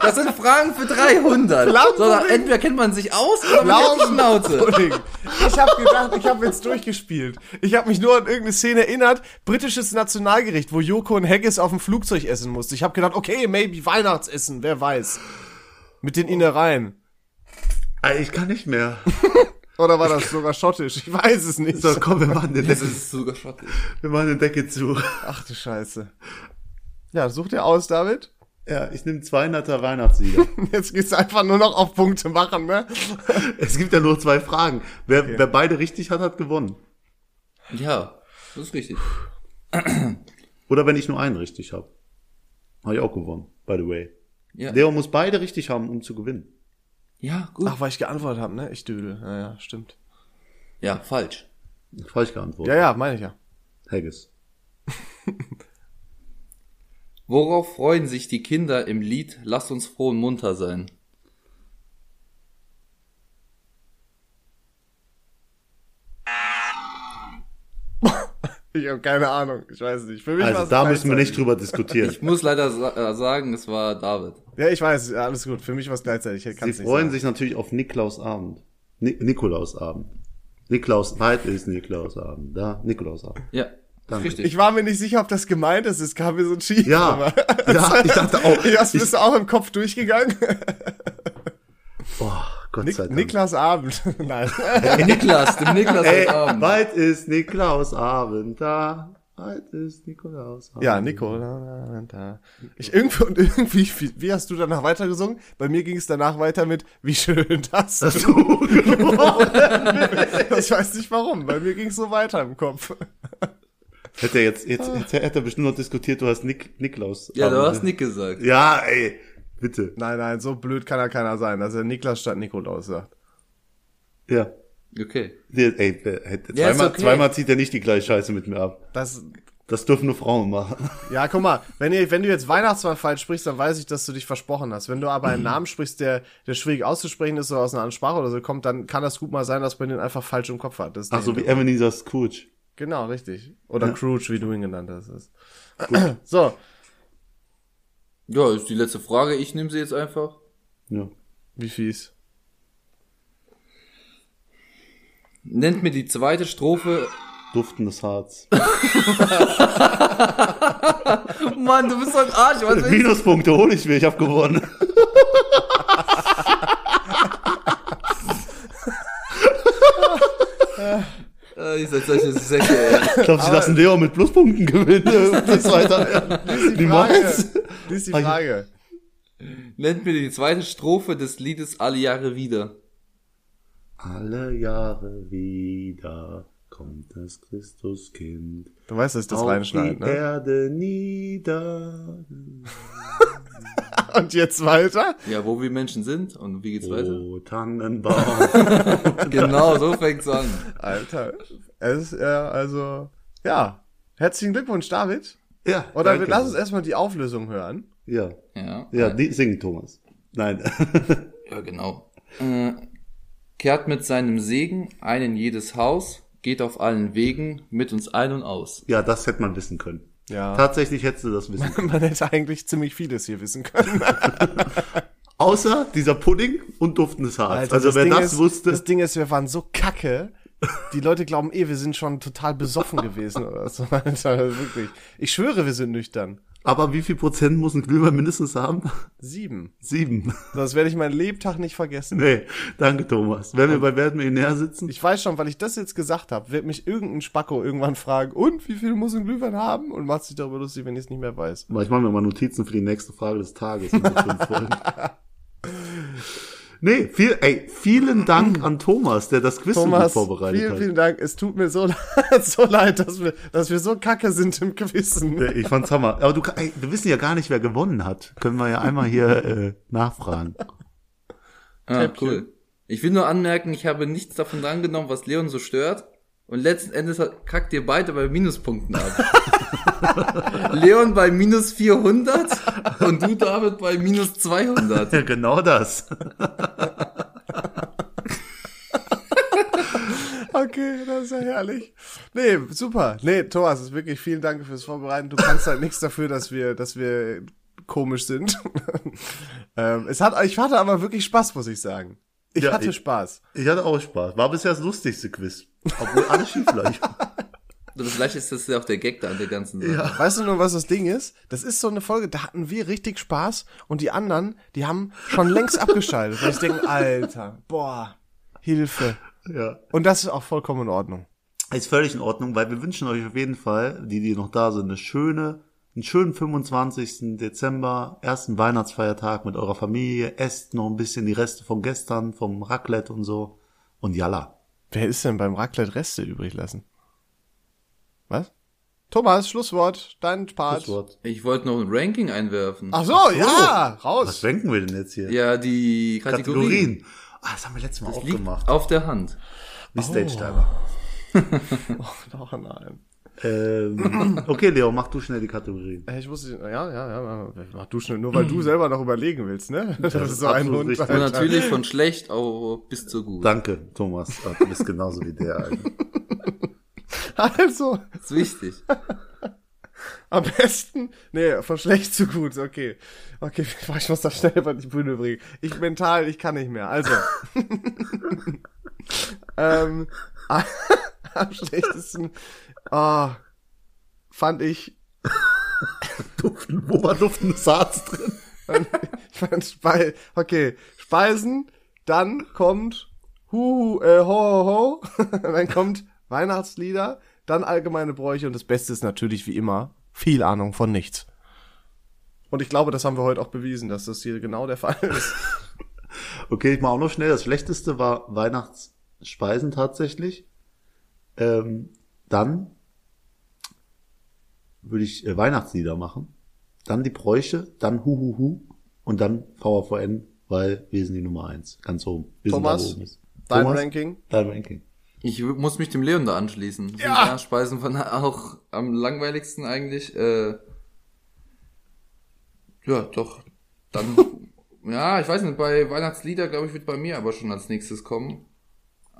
Speaker 3: Das sind Fragen für 300.
Speaker 1: Plumpudding?
Speaker 3: So, da- entweder kennt man sich aus oder man hat die
Speaker 1: Laufen.
Speaker 3: Schnauze.
Speaker 1: Pudding. Ich habe gedacht, ich habe jetzt durchgespielt. Ich habe mich nur an irgendeine Szene erinnert, britisches Nationalgericht, wo Joko und Haggis auf dem Flugzeug essen musste. Ich habe gedacht, okay, maybe Weihnachtsessen, wer weiß. Mit den Innereien.
Speaker 2: Ah, Ich kann nicht mehr.
Speaker 1: Oder war das sogar schottisch? Ich weiß es nicht.
Speaker 2: So, komm, wir machen den
Speaker 3: Das
Speaker 1: <laughs>
Speaker 2: Deckel,
Speaker 3: ist sogar schottisch.
Speaker 2: wir machen den Deckel zu.
Speaker 1: Ach du Scheiße. Ja, such dir aus, David.
Speaker 2: Ja, ich nehme 200er
Speaker 1: <laughs>
Speaker 2: Weihnachtslieder.
Speaker 1: Jetzt geht's einfach nur noch auf Punkte machen, ne?
Speaker 2: es gibt ja nur zwei Fragen. Wer, wer beide richtig hat, hat gewonnen.
Speaker 3: Ja, das ist richtig.
Speaker 2: Oder wenn ich nur einen richtig habe. Habe ich auch gewonnen, by the way.
Speaker 3: Ja,
Speaker 2: Leo muss beide richtig haben, um zu gewinnen.
Speaker 3: ja gut.
Speaker 1: Ach, weil ich geantwortet habe, ne? Ich dödel. Ja, ja, stimmt.
Speaker 3: Ja, falsch.
Speaker 2: Falsch geantwortet.
Speaker 1: Ja, ja, meine ich ja.
Speaker 2: Haggis.
Speaker 3: Worauf freuen sich die Kinder im Lied Lasst uns froh und munter sein?
Speaker 1: Ich habe keine Ahnung. Ich weiß nicht. Für mich
Speaker 2: Also
Speaker 1: war's
Speaker 2: da müssen wir
Speaker 1: gleichzeitig.
Speaker 2: nicht
Speaker 1: <laughs>
Speaker 2: drüber diskutieren.
Speaker 3: Ich muss leider sa äh, sagen, es war David.
Speaker 1: Ja, ich weiß. ja, Alles gut. Für mich war es gleichzeitig. Ich
Speaker 2: Sie
Speaker 1: kann's nicht
Speaker 2: freuen
Speaker 1: sagen.
Speaker 2: sich natürlich auf Niklausabend. Ni Nikolausabend. Niklaus, halt ist Niklausabend. Da, Nikolausabend.
Speaker 3: Ja, das ist richtig.
Speaker 1: Ich war mir nicht sicher, ob das gemeint ist. Es kam mir so ein Schief.
Speaker 2: Ja, ja, ich dachte auch.
Speaker 1: <laughs> Das
Speaker 2: Ich,
Speaker 1: bist du auch im Kopf durchgegangen.
Speaker 2: oh, Gott sei
Speaker 1: Nik
Speaker 2: Dank.
Speaker 1: Niklas Abend. <laughs> Nein.
Speaker 3: Dem Niklas, dem Niklas
Speaker 2: Ey,
Speaker 3: heute Abend.
Speaker 2: bald ist Niklausabend da. Bald ist Nikolausabend.
Speaker 1: Ja, Nico. da, da, da. Ich irgendwie und irgendwie, wie, wie hast du danach weitergesungen? Bei mir ging es danach weiter mit, wie schön das.
Speaker 2: Hast du
Speaker 1: <laughs> Ich weiß nicht warum. Bei mir ging es so weiter im Kopf.
Speaker 2: <laughs> hätte er jetzt, jetzt, jetzt hätte er bestimmt noch diskutiert, du hast Nik Niklaus.
Speaker 3: ja, du
Speaker 2: Abend,
Speaker 3: hast
Speaker 2: ne?
Speaker 3: Nick gesagt.
Speaker 2: Ja, ey, bitte.
Speaker 1: Nein, nein, so blöd kann ja keiner sein, dass er Niklas statt Nikolaus sagt.
Speaker 2: Ja.
Speaker 3: Okay.
Speaker 2: Ey, ey, ey,
Speaker 3: Ja, ist
Speaker 2: zweimal,
Speaker 3: okay.
Speaker 2: zweimal zieht er nicht die gleiche Scheiße mit mir ab.
Speaker 1: Das,
Speaker 2: Das dürfen nur Frauen machen.
Speaker 1: ja, guck mal, wenn, ihr, wenn du jetzt Weihnachtsmann falsch sprichst, dann weiß ich, dass du dich versprochen hast. Wenn du aber
Speaker 2: Mhm.
Speaker 1: einen Namen sprichst, der, der schwierig auszusprechen ist oder aus einer anderen Sprache oder so kommt, dann kann das gut mal sein, dass man den einfach falsch im Kopf hat. Das ist
Speaker 2: Ach so,
Speaker 1: der
Speaker 2: wie <laughs> Ebenezer Scrooge.
Speaker 1: Genau, richtig. Oder Crooge, wie du ihn genannt hast. Ist. So,
Speaker 3: Ja, ist die letzte Frage. Ich nehme sie jetzt einfach.
Speaker 2: Ja.
Speaker 1: wie fies.
Speaker 3: Nennt mir die zweite Strophe.
Speaker 2: Duftendes
Speaker 3: <laughs>
Speaker 2: Harz.
Speaker 3: Mann, du bist so ein Arsch. Was willst
Speaker 2: Minuspunkte hole ich mir, ich hab gewonnen.
Speaker 3: du? Äh, Ihr seid solche Säcke, ey.
Speaker 2: Ich glaube, sie lassen Leon mit Pluspunkten
Speaker 3: <laughs>
Speaker 2: gewinnen. Das weiter.
Speaker 1: Die
Speaker 2: <laughs> Niemals.
Speaker 1: Frage. Das ist die
Speaker 2: Ah, ja.
Speaker 1: Frage.
Speaker 3: Nennt mir die zweite Strophe des Liedes Alle Jahre wieder.
Speaker 2: Alle Jahre wieder kommt das Christuskind
Speaker 1: Du weißt, dass ich das
Speaker 2: auf die
Speaker 1: reinschneide, ne?
Speaker 2: Erde nieder.
Speaker 1: Und jetzt weiter?
Speaker 3: Ja, wo wir Menschen sind und wie geht's weiter?
Speaker 1: <laughs>
Speaker 2: Oh, Tannenbaum.
Speaker 3: <laughs> Genau, so fängt's an.
Speaker 1: Alter. Es, äh, also, ja. Herzlichen Glückwunsch, David.
Speaker 2: ja,
Speaker 1: Oder
Speaker 2: danke.
Speaker 1: wir lass uns erstmal die Auflösung hören.
Speaker 2: Ja,
Speaker 3: Ja,
Speaker 2: ja, die singen Thomas. Nein. <laughs>
Speaker 3: ja genau. Äh, kehrt mit seinem Segen ein in jedes Haus, geht auf allen Wegen mit uns ein und aus.
Speaker 2: ja, das hätte man wissen können.
Speaker 1: Ja.
Speaker 2: Tatsächlich hättest du das wissen können.
Speaker 1: <laughs> Man hätte eigentlich ziemlich vieles hier wissen können.
Speaker 2: Außer dieser Pudding und duftendes Harz. also wer
Speaker 1: Ding
Speaker 2: das
Speaker 1: ist,
Speaker 2: wusste,
Speaker 1: Das Ding ist, wir waren so
Speaker 2: <laughs>
Speaker 1: kacke. Die Leute glauben eh, wir sind schon total besoffen gewesen oder so. <laughs> Alter, wirklich. Ich schwöre, wir sind nüchtern.
Speaker 2: aber wie viel Prozent muss ein Glühwein mindestens haben? <laughs>
Speaker 1: Sieben.
Speaker 2: Sieben.
Speaker 1: Das werde ich meinen Lebtag nicht vergessen.
Speaker 2: Nee, danke Thomas. Wenn
Speaker 1: Oh.
Speaker 2: wir bei Werden Millionär sitzen,
Speaker 1: Ich weiß schon, weil ich das jetzt gesagt habe, wird mich irgendein Spacko irgendwann fragen, und wie viel muss ein Glühwein haben? Und macht sich darüber lustig, wenn ich es nicht mehr weiß.
Speaker 2: Weil ich mache mir mal Notizen für die nächste Frage des Tages. in den <laughs> fünf Folgen. nee, viel, ey, vielen Dank an Thomas, der das Quiz so gut
Speaker 1: Thomas,
Speaker 2: vorbereitet halt.
Speaker 1: vielen,
Speaker 2: hat.
Speaker 1: vielen Dank. Es tut mir so <laughs> leid, so leid dass, wir, dass wir so kacke sind im Gewissen.
Speaker 2: Ich fand's Hammer. Aber du, kann- ey, wir wissen ja gar nicht, wer gewonnen hat. Können wir ja einmal hier äh, nachfragen.
Speaker 3: Ah,
Speaker 1: Täppchen.
Speaker 3: cool. Ich will nur anmerken, ich habe nichts davon angenommen, was Leon so stört. Und letzten Endes hat- kackt ihr beide bei Minuspunkten ab. Leon bei minus 400 und du, David, bei minus 200.
Speaker 2: Ja, genau das.
Speaker 1: Okay, das ist ja herrlich. Nee, super. Nee, Thomas, ist wirklich vielen Dank fürs Vorbereiten. Du kannst halt nichts dafür, dass wir, dass wir komisch sind. <laughs> ähm, es hat, ich hatte aber wirklich Spaß, muss ich sagen. Ich
Speaker 2: Ja,
Speaker 1: hatte
Speaker 2: ich-
Speaker 1: Spaß.
Speaker 2: Ich hatte auch Spaß. War bisher das lustigste Quiz. Obwohl alles schief lag.
Speaker 3: Oder vielleicht ist das ja auch der Gag da an der ganzen Sache.
Speaker 2: Ja.
Speaker 1: Weißt du nur, was das Ding ist? Das ist so eine Folge, da hatten wir richtig Spaß und die anderen, die haben schon längst abgeschaltet. Weil ich denke, Alter, boah, Hilfe.
Speaker 2: Ja.
Speaker 1: Und das ist auch vollkommen in Ordnung.
Speaker 2: Ist völlig in Ordnung, weil wir wünschen euch auf jeden Fall, die, die noch da sind, eine schöne, einen schönen 25. Dezember, ersten Weihnachtsfeiertag mit eurer Familie, esst noch ein bisschen die Reste von gestern, vom Raclette und so. Und yalla.
Speaker 1: Wer ist denn beim Raclette Reste übrig lassen? Was? Thomas, Schlusswort, dein Part.
Speaker 2: Schlusswort.
Speaker 3: Ich wollte noch ein Ranking einwerfen.
Speaker 1: Ach so, ja,
Speaker 2: Was
Speaker 1: raus.
Speaker 2: schwenken wir denn jetzt hier?
Speaker 3: Ja, die Kategorien.
Speaker 2: Kategorien. Ah, das haben wir letztes Mal auch
Speaker 3: Liegt
Speaker 2: gemacht.
Speaker 3: auf der Hand.
Speaker 2: Wie Stage Diver.
Speaker 1: <laughs> Oh nein.
Speaker 2: <laughs> Ähm, okay, Leo, mach du schnell die Kategorien.
Speaker 1: Ey, Ich muss, ja, ja, ja, mach du schnell, nur weil du selber noch überlegen willst, ne? <laughs> Das, ist so ein
Speaker 2: absolut
Speaker 1: Hund.
Speaker 2: richtig.
Speaker 3: Und
Speaker 1: Alter.
Speaker 3: natürlich von schlecht auf bis zu gut.
Speaker 2: Danke, Thomas. Ah, Du bist genauso wie der. Alter.
Speaker 1: Also,
Speaker 3: ist wichtig.
Speaker 1: am besten, nee, von schlecht zu gut, okay. Okay, <laughs> ich muss das schnell über die Bühne bringen. Ich mental, ich kann nicht mehr. Also. ähm, <laughs> am schlechtesten, ah, fand ich
Speaker 2: Duften, <laughs> wo war duftende Harz drin?
Speaker 1: <laughs> Ich fand Speisen. Okay, Speisen, dann kommt Huhu, äh, ho, ho, ho. <laughs> dann kommt Weihnachtslieder, dann allgemeine Bräuche und das Beste ist natürlich wie immer viel Ahnung von nichts. Und ich glaube, das haben wir heute auch bewiesen, dass das hier genau der Fall ist.
Speaker 2: <laughs> Okay, ich mach auch noch schnell. Das schlechteste war Weihnachtsspeisen tatsächlich. Ähm, dann würde ich äh, Weihnachtslieder machen. Dann die Bräuche, dann Huhuhu und dann VVN, weil wir sind die Nummer eins. Ganz oben. Wir sind da,
Speaker 1: Thomas,
Speaker 2: wo oben ist.
Speaker 1: dein
Speaker 2: Thomas,
Speaker 1: Ranking?
Speaker 2: Dein Ranking.
Speaker 3: Ich w- muss mich dem Leon da anschließen. Ja. Speisen von auch am langweiligsten eigentlich. Äh, ja, doch. Dann. ja, ich weiß nicht, bei Weihnachtslieder, glaube ich, wird bei mir aber schon als nächstes kommen.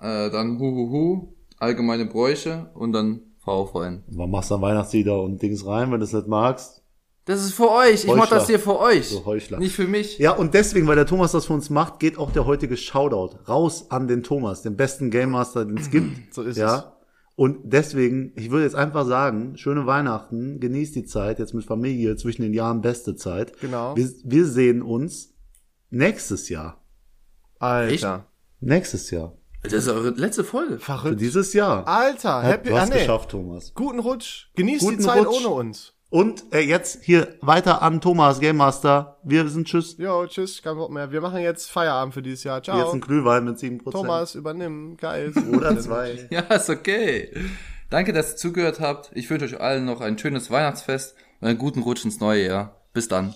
Speaker 3: Äh, dann Huhuhu, allgemeine Bräuche und dann VVN.
Speaker 2: Und Wann machst du dann Weihnachtslieder und Dings rein, wenn du es nicht magst?
Speaker 3: Das ist für euch. Ich mach
Speaker 2: Heuchler.
Speaker 3: das hier für euch.
Speaker 2: So Heuchler.
Speaker 3: Nicht für mich.
Speaker 2: Ja, und deswegen, weil der Thomas das für uns macht, geht auch der heutige Shoutout raus an den Thomas, den besten Game Master,
Speaker 1: <clears throat>
Speaker 2: den es gibt.
Speaker 1: So ist es.
Speaker 2: ja. Und deswegen, ich würde jetzt einfach sagen, schöne Weihnachten, genießt die Zeit, jetzt mit Familie, zwischen den Jahren beste Zeit.
Speaker 1: Genau.
Speaker 2: Wir, wir sehen uns nächstes Jahr.
Speaker 1: Alter.
Speaker 2: Nächstes Jahr.
Speaker 3: Das ist eure letzte Folge.
Speaker 2: Für
Speaker 1: Verrückt.
Speaker 2: dieses Jahr.
Speaker 1: Alter, happy,
Speaker 2: du
Speaker 1: ah,
Speaker 2: hast
Speaker 1: nee.
Speaker 2: geschafft, Thomas.
Speaker 1: Guten Rutsch. Genießt die
Speaker 2: Guten
Speaker 1: Zeit
Speaker 2: Rutsch.
Speaker 1: ohne uns.
Speaker 2: Und äh, jetzt hier weiter an Thomas, Game Master. Wir sind tschüss.
Speaker 1: Jo, tschüss, kein Bock mehr. Wir machen jetzt Feierabend für dieses Jahr. Ciao.
Speaker 2: Jetzt ein Glühwein mit 7%.
Speaker 1: Thomas, übernimm. Geil.
Speaker 2: Oder
Speaker 1: <laughs>
Speaker 2: zwei.
Speaker 3: <laughs> Ja, ist okay. Danke, dass ihr zugehört habt. Ich wünsche euch allen noch ein schönes Weihnachtsfest und einen guten Rutsch ins neue Jahr. Bis dann.